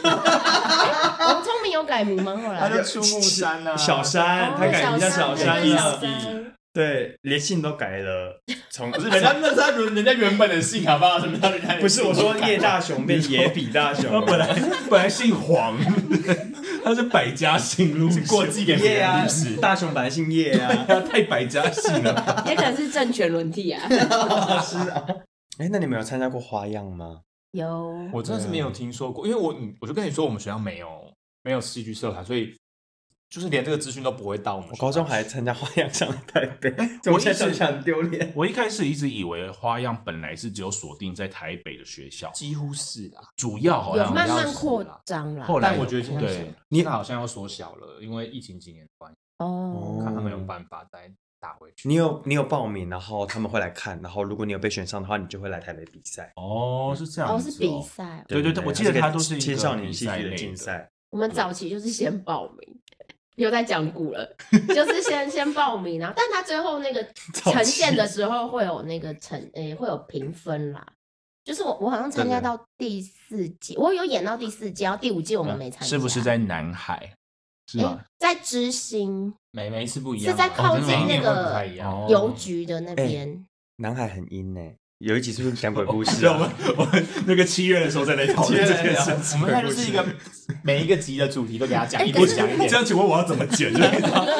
Speaker 2: 聪明有改名吗？后
Speaker 3: 他
Speaker 2: 来
Speaker 3: 就出木山啊，
Speaker 4: 小山，
Speaker 2: 哦
Speaker 4: 他改名叫小山
Speaker 1: 啊
Speaker 2: 对
Speaker 4: 了
Speaker 2: 小。山
Speaker 4: 对，连姓都改了，从
Speaker 3: 不是人家那是他人人家原本的姓好不好？什么叫人家？
Speaker 4: 不是我说叶大雄变野比大雄
Speaker 1: 他，本来本来姓黄，他是百家姓路线，
Speaker 3: 过继给别
Speaker 4: 叶
Speaker 3: 人，
Speaker 4: 啊
Speaker 3: 是不是，
Speaker 4: 大雄本来姓叶啊。
Speaker 1: 他太百家姓了。
Speaker 2: 也可能是政权轮替啊。
Speaker 4: 是啊。 <laughs> 哎，那你们有参加过花样吗？
Speaker 2: <laughs> 有
Speaker 3: 我真的是没有听说过，因为我我就跟你说，我们学校没有没有戏剧社团，所以就是连这个资讯都不会到我们
Speaker 4: 我
Speaker 3: 学校。
Speaker 4: 高中还参加花样上台北，
Speaker 1: 哎
Speaker 4: 怎么现在想起来很丢脸？
Speaker 1: 我一开始一直以为花样本来是只有锁定在台北的学校，
Speaker 3: 几乎是啊，
Speaker 1: 主要好
Speaker 2: 有
Speaker 1: 像
Speaker 2: 慢慢扩张啦。
Speaker 1: 后来
Speaker 3: 但我觉得现在
Speaker 1: 对
Speaker 3: 你好像要缩小了，因为疫情几年的关系，
Speaker 2: 哦，
Speaker 3: 看他们有
Speaker 1: 嗯
Speaker 3: 办法再打回去。
Speaker 4: 你有你有报名，然后他们会来看，然后如果你有被选上的话，你就会来台北比赛。
Speaker 1: 哦，是这样
Speaker 2: 哦
Speaker 1: 子
Speaker 2: 是比赛，
Speaker 1: 对对对，我记得
Speaker 4: 它
Speaker 1: 它
Speaker 4: 个
Speaker 1: 都是一个
Speaker 4: 青少年
Speaker 1: 比
Speaker 4: 戏
Speaker 1: 赛
Speaker 4: 剧
Speaker 1: 类
Speaker 4: 的竞。赛。
Speaker 2: 我们早期就是先报名，又在讲古了， <laughs> 就是先先报名，然后但他最后那个
Speaker 4: 早期
Speaker 2: 呈现的时候会有那个成诶、会有评分啦。就是我我好像参加
Speaker 4: 真的
Speaker 2: 到第四季，我有演到第四季，然后第五季我们没参加，
Speaker 1: 是不是在南海？是
Speaker 2: 诶、
Speaker 1: 吧？
Speaker 2: 在知心
Speaker 3: 每每一次不一
Speaker 2: 是
Speaker 3: 样啊，
Speaker 2: 在靠
Speaker 1: 近
Speaker 3: 每一
Speaker 1: 那
Speaker 3: 年
Speaker 2: 个
Speaker 3: 会不太一样
Speaker 1: 哦
Speaker 2: 邮局的那边？
Speaker 4: 南海很阴呢、有一集是不是讲鬼故
Speaker 1: <laughs>
Speaker 4: 事
Speaker 1: 对，我
Speaker 4: 啊
Speaker 1: 们？我们那个七月的时候再来讨
Speaker 3: 我
Speaker 1: 论
Speaker 3: 们 <laughs>
Speaker 1: 这
Speaker 3: 现
Speaker 1: 件事
Speaker 3: 在
Speaker 1: 情。
Speaker 3: 就是一个每一个集的主题都给他讲
Speaker 2: 哎
Speaker 3: 一
Speaker 2: 可
Speaker 3: 点
Speaker 2: 是
Speaker 3: 讲一
Speaker 1: <laughs>
Speaker 3: 点
Speaker 1: 这，样，请问我要怎么剪？就是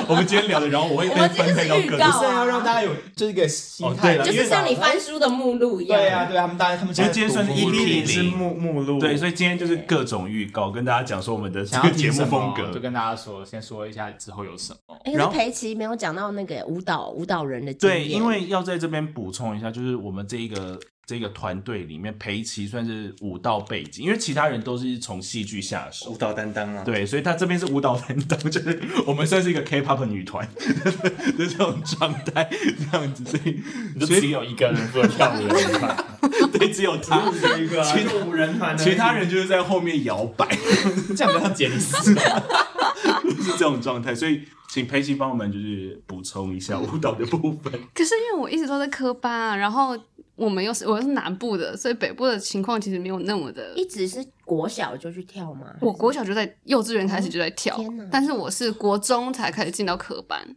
Speaker 1: 我们今天聊的，然后我会
Speaker 2: 我
Speaker 1: 被
Speaker 2: 们这
Speaker 1: 分
Speaker 2: 就
Speaker 1: 配
Speaker 2: 是
Speaker 1: 到
Speaker 2: 预
Speaker 1: 各
Speaker 2: 告
Speaker 1: 地。
Speaker 2: 啊
Speaker 3: 哎不是要让大家有这个心态
Speaker 1: 哦
Speaker 3: 了，
Speaker 1: 对
Speaker 2: 就
Speaker 3: 因为
Speaker 2: 是像你翻书的目录一样。
Speaker 3: 对啊，对啊，他们大家他们
Speaker 1: 其实今天算是
Speaker 3: 一
Speaker 4: EP 零
Speaker 1: 110
Speaker 4: 是目目
Speaker 1: <laughs>
Speaker 4: 录，
Speaker 1: 对，所以今天就是各种预告，跟大家讲说我们的这
Speaker 3: 想要
Speaker 1: 个
Speaker 3: 听
Speaker 1: 节目
Speaker 3: 什么
Speaker 1: 风
Speaker 3: 就
Speaker 1: 格。
Speaker 3: 跟大家说，先说一下之后有什么。
Speaker 2: 哎、
Speaker 1: 然
Speaker 2: 可
Speaker 1: 后
Speaker 2: 是裴奇没有讲到那个舞蹈舞蹈人的经
Speaker 1: 对，
Speaker 2: 验
Speaker 1: 因为要在这边补充一下，就是我们这一个这个团队里面，裴奇算是舞蹈背景，因为其他人都是从戏剧下手
Speaker 4: 舞。蹈担当啊。，
Speaker 1: 对，所以他这边是舞蹈担当，就是我们算是一个 K-pop 女团 <laughs> 的这种状态，这样子，所以
Speaker 3: 你就
Speaker 1: 所
Speaker 3: 只
Speaker 1: 以
Speaker 3: 有一个人不能跳舞的地 <laughs> 方，
Speaker 1: 对只有他，
Speaker 4: 一个啊
Speaker 1: 其
Speaker 4: 舞人团
Speaker 1: 其他人就是在后面摇摆，
Speaker 3: <laughs> 这样不要剪
Speaker 1: <laughs>
Speaker 3: 死。
Speaker 1: 是这种状态。所以请佩奇帮我们就是补充一下舞蹈的部分。
Speaker 5: 可是因为我一直都在科班啊，然后我们又是我又是南部的，所以北部的情况其实没有那么的。
Speaker 2: 一直是国小就去跳吗？
Speaker 5: 我国小就在幼稚园开始就在跳，
Speaker 2: 天哪
Speaker 5: 但是我是国中才开始进到科班，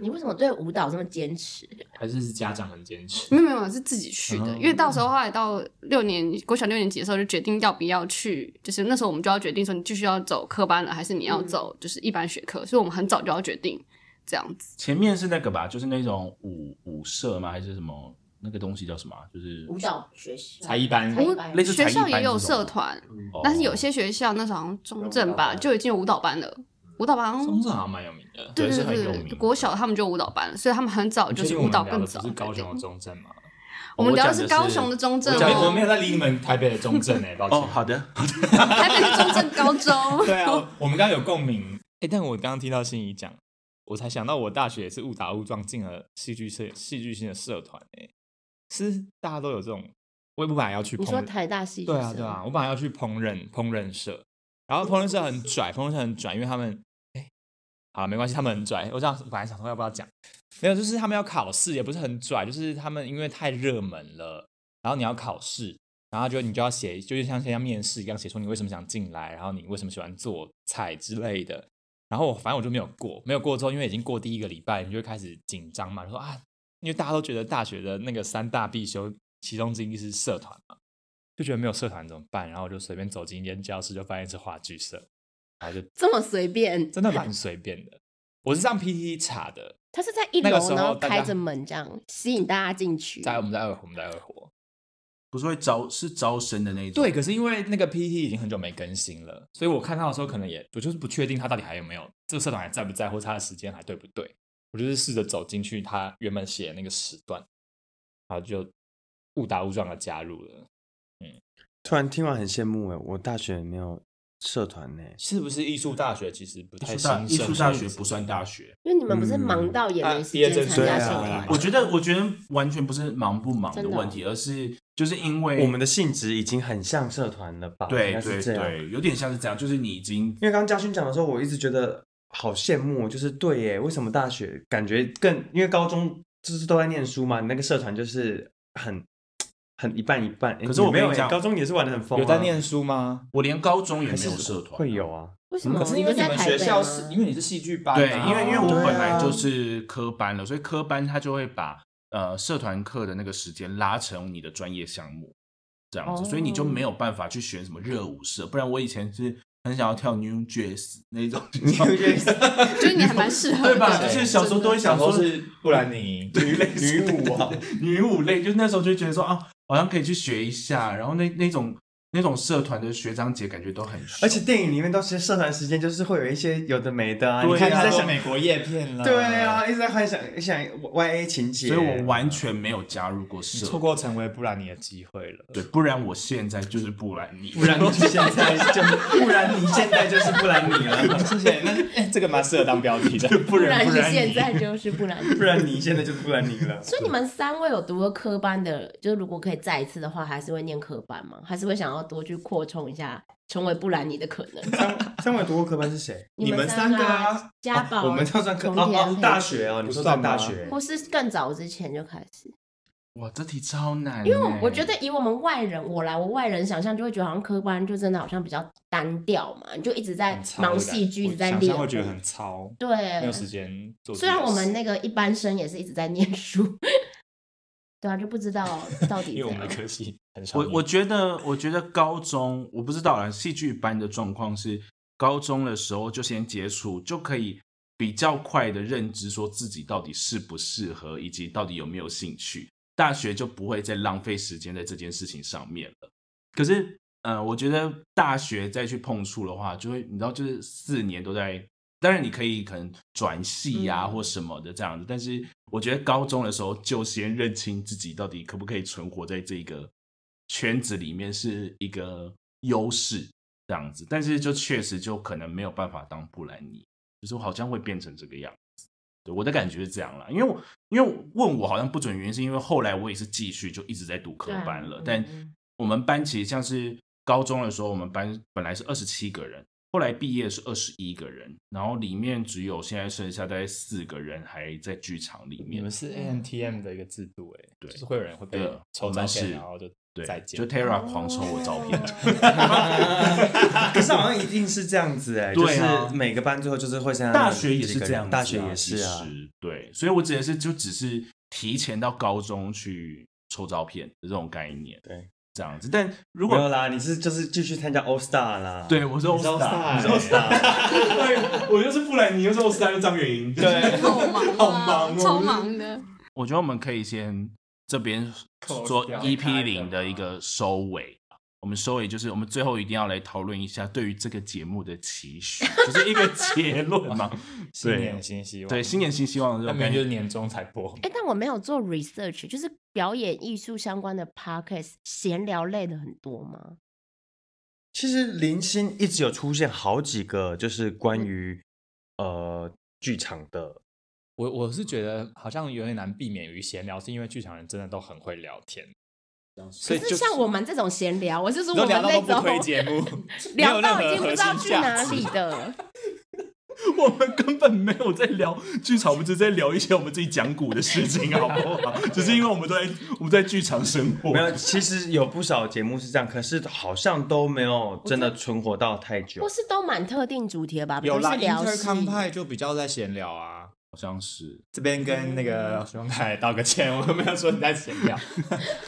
Speaker 2: 你为什么对舞蹈这么坚持？
Speaker 3: 还是是家长很坚持，
Speaker 5: 没有没有没有是自己去的，因为到时候后来到六年国小六年级的时候就决定要不要去，就是那时候我们就要决定说你继续要走科班了，还是你要走就是一般学科，所以我们很早就要决定这样子。
Speaker 1: 前面是那个吧，就是那种舞舞社吗？还是什么那个东西叫什么啊？就是
Speaker 2: 舞蹈学校
Speaker 3: 才一般
Speaker 2: 才。艺班
Speaker 1: 类似才
Speaker 5: 学
Speaker 1: 艺班
Speaker 5: 校也有社团，
Speaker 1: 哦
Speaker 5: 但是有些学校那时候好像中正吧就已经有舞蹈班了，舞蹈班好像
Speaker 3: 中正好像蛮有名的，
Speaker 5: 对
Speaker 1: 对是
Speaker 5: 对
Speaker 1: 很有
Speaker 5: 对
Speaker 1: 名的
Speaker 5: 对，国小他们就有舞蹈班，所以他们很早就
Speaker 3: 你确
Speaker 5: 是
Speaker 3: 定
Speaker 5: 舞蹈
Speaker 3: 我们聊
Speaker 5: 更
Speaker 3: 的
Speaker 5: 早
Speaker 3: 不是高
Speaker 5: 决
Speaker 3: 雄的
Speaker 5: 定。
Speaker 3: 中正吗？
Speaker 5: 我们聊的
Speaker 4: 我
Speaker 5: 是
Speaker 4: 讲的
Speaker 5: 高
Speaker 4: 是
Speaker 5: 雄的中正
Speaker 3: 我没我没
Speaker 5: 哦，
Speaker 3: 有在理你们台北的中正 <laughs> 哎，抱歉。
Speaker 1: 哦，好的，
Speaker 5: 台北是中正高
Speaker 3: <laughs>
Speaker 5: 中。
Speaker 3: 对啊，我我们刚刚有共鸣。哎，但我刚刚听到心仪讲，我才想到我大学也是误打误撞进了戏剧社戏剧性的社团哎，是大家都有这种，我也不本来要去
Speaker 2: 你
Speaker 3: 碰
Speaker 2: 说
Speaker 3: 的。
Speaker 2: 台大戏剧
Speaker 3: 对啊，
Speaker 2: 社
Speaker 3: 对啊，我本来要去烹饪烹饪社，然后烹饪社很拽，烹饪社很拽，因为他们哎，好，没关系，他们很拽。我这样本来想说要不要讲，没有，就是他们要考试，也不是很拽，就是他们因为太热门了，然后你要考试，然后就你就要写，就是像现在面试一样，写出你为什么想进来，然后你为什么喜欢做菜之类的。然后我反正我就没有过，没有过之后，因为已经过第一个礼拜，你就会开始紧张嘛，就说啊，因为大家都觉得大学的那个三大必修，其中之一是社团嘛，就觉得没有社团怎么办？然后我就随便走进一间教室，就发现是话剧社，然后就
Speaker 2: 这么随便，
Speaker 3: 真的蛮随便的。我是上 PTT 查的，
Speaker 2: 他是在一
Speaker 3: 那
Speaker 2: 楼
Speaker 3: 个时，候
Speaker 2: 然后
Speaker 3: 大家
Speaker 2: 开着门这样吸引大家进去。
Speaker 3: 在我们在二胡，我们在二胡。
Speaker 1: 不是会招是招生的那种，
Speaker 3: 对，可是因为那个 PPT 已经很久没更新了，所以我看到的时候可能也我就是不确定它到底还有没有这个社团还在不在，或者它的时间还对不对。我就是试着走进去它原本写的那个时段，然后就误打误撞的加入了，
Speaker 4: 突然听完很羡慕哎，我大学没有社团呢。
Speaker 3: 是不是艺术大学其实不太
Speaker 1: 艺术
Speaker 3: 兴
Speaker 1: 大
Speaker 3: 盛？
Speaker 1: 艺术大学不算大学，
Speaker 2: 因为你们不是忙到也
Speaker 3: 啊
Speaker 2: 没时
Speaker 3: 毕业
Speaker 2: 间
Speaker 3: 证
Speaker 2: 参加
Speaker 4: 书
Speaker 2: 社
Speaker 4: 啊
Speaker 2: 团
Speaker 1: 我觉得我觉得完全不是忙不忙
Speaker 2: 真
Speaker 1: 的
Speaker 2: 的哦
Speaker 1: 问题，而是就是因为
Speaker 4: 我们的性质已经很像社团了吧？应
Speaker 1: 对
Speaker 4: 该
Speaker 1: 对
Speaker 4: 是这样。
Speaker 1: 对，有点像是这样，就是你已经
Speaker 4: 因为刚刚嘉勋讲的时候，我一直觉得好羡慕，哦就是对耶，为什么大学感觉更？因为高中就是都在念书嘛，你那个社团就是很很一半一半。诶
Speaker 1: 可是我
Speaker 4: 你没有
Speaker 1: 跟你
Speaker 4: 耶
Speaker 1: 讲
Speaker 4: 高中也是玩的很疯、啊，
Speaker 3: 有在念书吗？
Speaker 1: 我连高中也
Speaker 4: 还
Speaker 1: 没
Speaker 4: 是
Speaker 1: 有社团，
Speaker 4: 会有
Speaker 1: <laughs>
Speaker 4: 啊？
Speaker 2: 嗯为什么？
Speaker 3: 可是因为
Speaker 2: 你
Speaker 3: 你
Speaker 2: 在
Speaker 3: 们
Speaker 2: 台
Speaker 3: 学
Speaker 2: 北吗
Speaker 3: 校是因为你是戏剧班、啊，
Speaker 1: 对，因
Speaker 2: 哦
Speaker 1: 为因为我
Speaker 4: 对
Speaker 1: 本来
Speaker 4: 啊
Speaker 1: 就是科班了，所以科班它就会把呃社团课的那个时间拉成你的专业项目这样子，所以你就没
Speaker 2: 哦
Speaker 1: 有办法去选什么热舞社，不然我以前是很想要跳 New Jazz 那种 <laughs>
Speaker 4: 你会觉得
Speaker 5: 觉得你还蛮适合的，
Speaker 1: 对吧？就
Speaker 3: 对
Speaker 1: 是小时候都会
Speaker 2: 啊
Speaker 3: 小
Speaker 1: 想
Speaker 3: 时候
Speaker 1: 说
Speaker 3: 是布兰
Speaker 1: <laughs>
Speaker 3: 妮，<laughs>
Speaker 1: 女类似的
Speaker 4: 女舞
Speaker 1: <laughs>
Speaker 4: 啊
Speaker 1: 女舞类，就是那时候就觉得说啊，好像可以去学一下，然后那那种那种社团的学长姐感觉都很熟，
Speaker 4: 而且电影里面都是社团时间，就是会有一些有的没的啊。
Speaker 1: 对啊
Speaker 4: 你看一直在
Speaker 3: 在
Speaker 4: 想
Speaker 3: 想，美国叶片了，
Speaker 4: 对啊，，一直在幻想想 Y A 情节。
Speaker 1: 所以我
Speaker 4: 啊
Speaker 1: 完全没有加入过社
Speaker 3: 错
Speaker 1: 团，
Speaker 3: 过成为布兰妮的机会了。
Speaker 1: 对，不然我现在就是布兰妮，
Speaker 4: 不然你现在就，不然你现在就是不然
Speaker 1: <laughs>
Speaker 4: 你了，
Speaker 3: 谢谢。那、 <laughs> 哎这个蛮适合当标题的，
Speaker 1: 不
Speaker 2: 不然
Speaker 1: 然
Speaker 2: 你
Speaker 1: 不然
Speaker 2: 现
Speaker 1: 你
Speaker 2: 在就是不
Speaker 1: <laughs>
Speaker 2: 然你。
Speaker 4: 不然你现在就是不然你了。
Speaker 2: 所以你们三位有读过科班的，就是如果可以再一次的话，还是会念科班吗？还是会想要多去扩充一下，成为布兰妮的可能？
Speaker 4: 三三位读过科班是谁？
Speaker 2: 们
Speaker 3: 你们三
Speaker 2: 个
Speaker 3: 个啊，
Speaker 2: 家宝、
Speaker 4: 我们叫算科
Speaker 2: 童
Speaker 4: 哦
Speaker 2: 田
Speaker 4: 哦
Speaker 2: 培，
Speaker 4: 大学哦，你说在大
Speaker 3: 不
Speaker 4: 学
Speaker 2: 或是更早之前就开始，
Speaker 1: 哇，这题超难欸，
Speaker 2: 因为我我觉得以我们外人，我来我外人想象就会觉得好像科班就真的好像比较单调嘛，你就一直在
Speaker 3: 很糙的
Speaker 2: 忙
Speaker 3: 感
Speaker 2: 戏剧，一直在
Speaker 3: 我想
Speaker 2: 练
Speaker 3: 象
Speaker 2: 舞，
Speaker 3: 会觉得很糙，没有时
Speaker 2: 对。
Speaker 3: 间做自己
Speaker 2: 虽
Speaker 3: 的事。
Speaker 2: 然我们那个一般生也是一直在念书，对啊，就不知
Speaker 3: <laughs>
Speaker 2: 道到底
Speaker 3: 因为我
Speaker 2: 怎
Speaker 3: 们
Speaker 2: 样
Speaker 3: 的。科系很少
Speaker 1: 我
Speaker 3: 念，
Speaker 1: 我觉得，我觉得高中我不知道啦，戏剧班的状况是高中的时候就先接触，就可以比较快的认知说自己到底适不适合，以及到底有没有兴趣。大学就不会再浪费时间在这件事情上面了。可是，呃，我觉得大学再去碰触的话，就会你知道，就是四年都在。当然，你可以可能转系呀、
Speaker 2: 嗯
Speaker 1: 或什么的这样子，但是我觉得高中的时候就先认清自己到底可不可以存活在这个圈子里面是一个优势这样子，但是就确实就可能没有办法当布兰妮，就是我好像会变成这个样子。对我的感觉是这样啦，因为我因为我问我好像不准原因是因为后来我也是继续就一直在读科
Speaker 2: 对啊
Speaker 1: 班了
Speaker 2: 嗯，
Speaker 1: 但
Speaker 2: 嗯
Speaker 1: 我们班其实像是高中的时候，我们班本来是二十七个人，后来毕业是二十一个人，然后里面只有现在剩下大概四个人还在剧场里
Speaker 3: 你
Speaker 1: 面
Speaker 3: 们，
Speaker 2: 嗯
Speaker 3: 是 ANTM 的一个制度、哎，
Speaker 1: 对
Speaker 3: 就是会有人会被
Speaker 1: 对
Speaker 3: 抽
Speaker 1: 我
Speaker 3: 照
Speaker 1: 们
Speaker 3: 片，
Speaker 1: 是
Speaker 3: 然后就
Speaker 1: 对
Speaker 3: 再，见
Speaker 1: 就。Terra 狂抽我照片。
Speaker 4: <laughs> 啊可是好像一定是这样子哎，就
Speaker 1: 对
Speaker 4: 是
Speaker 1: 啊
Speaker 4: 每个班最后就是会剩下
Speaker 1: 大
Speaker 4: 那
Speaker 1: 学也
Speaker 4: 几
Speaker 1: 是
Speaker 4: 个
Speaker 1: 这样
Speaker 4: 人
Speaker 1: 子啊，
Speaker 4: 大学也是
Speaker 1: 其
Speaker 4: 啊。
Speaker 1: 实，对，所以我指的是就只是提前到高中去抽照片的这种概念，
Speaker 4: 对，
Speaker 1: 这样子。但如
Speaker 4: 没有
Speaker 1: 果
Speaker 4: 啦，你是就是继续参加 All Star 啦。
Speaker 1: 对啊我是欧
Speaker 3: 你是
Speaker 1: star，
Speaker 3: All-Star
Speaker 1: 你是 star，对，我就是布兰妮，又是欧 star，又张元英，
Speaker 3: <laughs> 对
Speaker 5: <laughs> 好忙啊，
Speaker 1: 好忙哦
Speaker 5: 超忙的。
Speaker 1: 我觉得我们可以先这边
Speaker 3: Close
Speaker 1: 做
Speaker 3: 掉
Speaker 1: EP 零的一个收尾。啊我们收尾就是，我们最后一定要来讨论一下对于这个节目的期许，就是一个结论
Speaker 3: <laughs>
Speaker 1: 嘛。
Speaker 3: 新
Speaker 1: 对
Speaker 3: 年新希望，
Speaker 1: 对，新年新希望的这
Speaker 3: 那
Speaker 1: 种
Speaker 3: 明
Speaker 1: 感
Speaker 3: 明就是
Speaker 1: 觉。
Speaker 3: 年终才播，
Speaker 2: 哎、但我没有做 research，就是表演艺术相关的 podcast 闲聊类的很多吗？
Speaker 4: 其实零星一直有出现好几个，就是关于呃剧场的，
Speaker 3: <laughs> 我我是觉得好像有点难避免于闲聊，是因为剧场人真的都很会聊天，
Speaker 2: 可
Speaker 3: 所以就是
Speaker 2: 像我们这种闲聊，我是说
Speaker 3: 如
Speaker 2: 我
Speaker 3: 果
Speaker 2: 们 <laughs>
Speaker 3: 聊到
Speaker 2: 这
Speaker 3: 都不
Speaker 2: 种，
Speaker 3: 推节目
Speaker 2: 聊
Speaker 3: 没有任
Speaker 2: 到
Speaker 3: 何
Speaker 2: 已经不知道
Speaker 3: 核心 <laughs>
Speaker 2: 去哪
Speaker 3: 价值
Speaker 2: 里的，
Speaker 1: 我们根本没有在聊剧场，我们只是在聊一些我们自己讲古的事情，好不
Speaker 3: <laughs>
Speaker 1: 好？只是因为我们都在我们在剧场生活
Speaker 4: 没，有，其实有不少节目是这样，可是好像都没有真的存活到太久
Speaker 2: 或。是都蛮特定主题的吧？比
Speaker 3: 有
Speaker 2: 如
Speaker 3: 啦
Speaker 2: 是聊
Speaker 3: ，Intercom
Speaker 2: 戏，
Speaker 3: 派就比较在闲聊啊。
Speaker 1: 好像是
Speaker 3: 这边跟那个熊凯道个歉，我没有说你在闲 <laughs> 聊。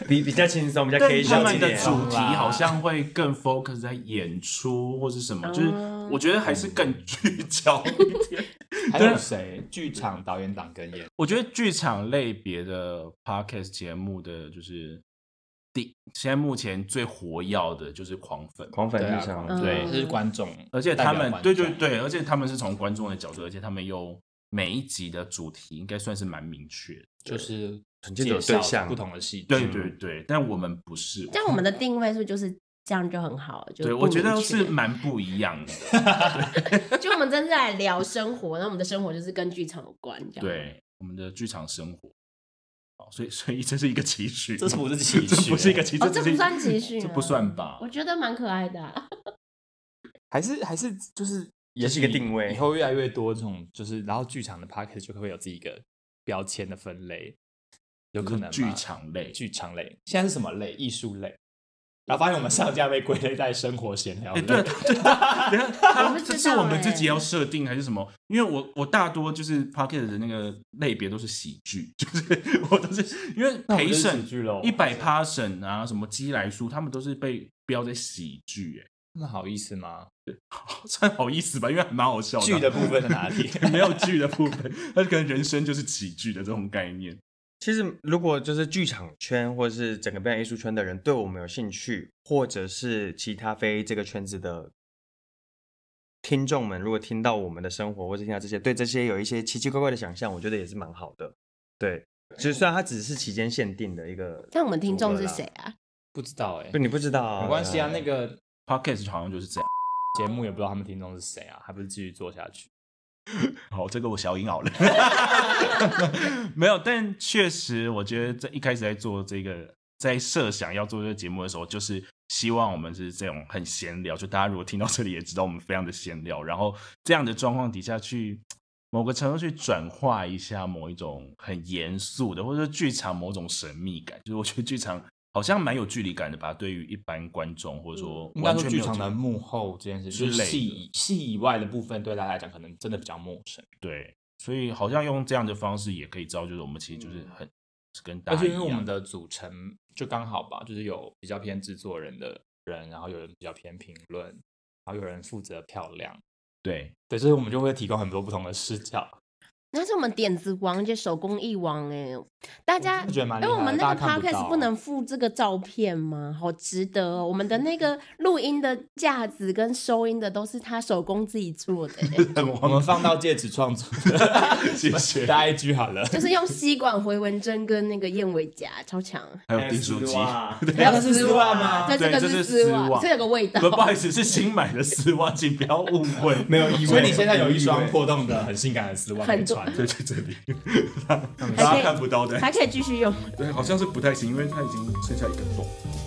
Speaker 4: 比比较轻松，比较
Speaker 1: 但他
Speaker 4: casual
Speaker 1: 们
Speaker 4: 一
Speaker 1: 的
Speaker 4: 点。啊
Speaker 1: 主题啊好像会更 focus 在演出或是什么，就是我觉得还是更
Speaker 3: 嗯
Speaker 1: 聚焦一点。 <laughs>
Speaker 3: 还
Speaker 1: 啊
Speaker 3: 有谁？剧场导演党跟演
Speaker 1: 我觉得剧场类别的 podcast 节目的就是第现在目前最活跃的就是狂粉，
Speaker 4: 狂粉
Speaker 3: 对啊
Speaker 4: 日常，
Speaker 2: 嗯
Speaker 1: 对
Speaker 3: 是观众，
Speaker 1: 而且他
Speaker 3: 代表
Speaker 1: 们
Speaker 3: 观
Speaker 1: 对
Speaker 3: 众
Speaker 1: 对对，而且他们是从观众的角度，而且他们有每一集的主题应该算是蛮明确的。嗯
Speaker 3: 就是
Speaker 4: 很清楚
Speaker 3: 介
Speaker 4: 有对
Speaker 3: 绍
Speaker 4: 象
Speaker 3: 不同的戏剧。
Speaker 1: 对对对，但我们不是，
Speaker 2: 这样我们的定位数就是这样就很好，就
Speaker 1: 对
Speaker 2: 不
Speaker 1: 我觉得
Speaker 2: 明确
Speaker 1: 是蛮不一
Speaker 2: <laughs>
Speaker 1: 样的。
Speaker 2: 就我们真是来聊生活，那我们的生活就是跟剧场有关，这样。，
Speaker 1: 对我们的剧场生活，好，所以所以这是一个期许，欸
Speaker 3: 这是不是期
Speaker 1: 这
Speaker 3: 许
Speaker 1: 不是一个期，
Speaker 2: 哦，
Speaker 1: 只
Speaker 2: 这
Speaker 1: 是
Speaker 2: 不算集训、啊，
Speaker 1: 这不算吧
Speaker 2: 我？觉得蛮可爱的啊、 <laughs>
Speaker 3: 还是还是就是也
Speaker 4: 这是一个定位
Speaker 3: 以后越来越多这种，就是然后剧场的 p a c k a g e 就会有自己一个标签的分类，有可能吧
Speaker 1: 就是剧场类
Speaker 3: 剧场类现在是什么类？艺术类。然后发现我们上架被归类在生活闲聊
Speaker 1: 哎、
Speaker 3: 类，
Speaker 1: 对啊，对啊，等一下，
Speaker 2: 我
Speaker 1: 它
Speaker 2: 不知
Speaker 1: 这是我
Speaker 2: 道
Speaker 1: 们自己
Speaker 2: 欸
Speaker 1: 要设定还是什么？因为我我大多就是 Pocket 的那个类别都是喜剧， <laughs> 就是我都是因为
Speaker 3: 那我们
Speaker 1: 陪
Speaker 3: 就是
Speaker 1: 审
Speaker 3: 喜剧咯
Speaker 1: 一百趴审啊，什么基来书，他们都是被标在喜剧、欸，
Speaker 3: 那好意思吗？
Speaker 1: 哎， <laughs> 算好意思吧，因为还蛮好笑
Speaker 3: 剧的部分在哪里？
Speaker 1: <laughs> 没有剧的部分，但是可能人生就是喜剧的这种概念。
Speaker 4: 其实，如果就是剧场圈或者是整个表演艺术圈的人对我们有兴趣，或者是其他非这个圈子的听众们，如果听到我们的生活或者听到这些，对这些有一些奇奇怪怪的想象，我觉得也是蛮好的。对，其实虽然它只是期间限定的一个，
Speaker 2: 但我们听众是谁？啊？
Speaker 3: 不知道哎、
Speaker 4: 不，你不知道、啊，
Speaker 3: 没关系啊，
Speaker 4: 对
Speaker 3: 那个
Speaker 1: Podcast 好像就是这样。
Speaker 3: 节目也不知道他们听众是谁啊，还不是继续做下去？
Speaker 1: 好，这个我小赢好了。 <laughs> 没有，但确实，我觉得在一开始在做这个，在设想要做这个节目的时候，就是希望我们是这种很闲聊，就大家如果听到这里也知道我们非常的闲聊，然后这样的状况底下去。某个程度去转化一下某一种很严肃的，或者说剧场某种神秘感，就是我觉得剧场好像蛮有距离感的吧，对于一般观众或者说
Speaker 3: 嗯应该
Speaker 1: 完
Speaker 3: 说
Speaker 1: 全没
Speaker 3: 剧
Speaker 1: 有
Speaker 3: 场
Speaker 1: 这
Speaker 3: 的
Speaker 1: 个
Speaker 3: 幕后这件事，
Speaker 1: 之
Speaker 3: 就是
Speaker 1: 类的
Speaker 3: 戏以戏以外的部分，对大家来讲可能真的比较陌生。
Speaker 1: 对，所以好像用这样的方式也可以知道，就是我们其实就是很、是跟大
Speaker 3: 嗯而
Speaker 1: 家
Speaker 3: 且
Speaker 1: 一
Speaker 3: 因为我们
Speaker 1: 样，
Speaker 3: 的组成就刚好吧，就是有比较偏制作人的人，然后有人比较偏评论，然后有人负责漂亮，
Speaker 1: 对，
Speaker 3: 对，所以我们就会提供很多不同的
Speaker 1: <laughs>，
Speaker 3: 视角。
Speaker 2: 那是我们点子王，就手工艺王哎、大家哎
Speaker 3: 我真的觉得蛮厉害的
Speaker 2: 我们那个
Speaker 3: 大家看不到
Speaker 2: podcast 不能附这个照片吗？好值得哦！我们的那个录音的架子跟收音的都是他手工自己做的、欸 <laughs>
Speaker 1: 很
Speaker 3: 我们
Speaker 1: 荒
Speaker 3: 放到戒指创作，
Speaker 1: <laughs> 谢谢
Speaker 3: 大家一句好了。
Speaker 2: 就是用吸管回纹针跟那个燕尾夹，超强。
Speaker 1: 还有订书机，
Speaker 3: 啊
Speaker 4: <laughs> 机
Speaker 2: 还有
Speaker 3: 是丝袜吗
Speaker 2: 对，
Speaker 1: 对
Speaker 2: 这个
Speaker 1: 这是
Speaker 2: 是
Speaker 1: 丝
Speaker 2: 丝
Speaker 1: 袜
Speaker 2: 袜，这有个味道。
Speaker 1: 不不 <laughs> 好意思，是新买的丝袜，请不要误会，
Speaker 3: <laughs>
Speaker 4: 没有
Speaker 3: <laughs>
Speaker 4: 意
Speaker 3: 所
Speaker 4: 味
Speaker 3: 以你现在有一双破洞的很性感的丝袜可以
Speaker 2: 很多
Speaker 3: 穿，
Speaker 1: 就在这 <laughs> 里，
Speaker 2: 还
Speaker 1: 大
Speaker 2: 可
Speaker 1: 家
Speaker 2: 以
Speaker 3: 嗯
Speaker 1: 看不到的，
Speaker 2: 还可以继续用。
Speaker 1: 对，好像是不太行，因为它已经剩下一个洞。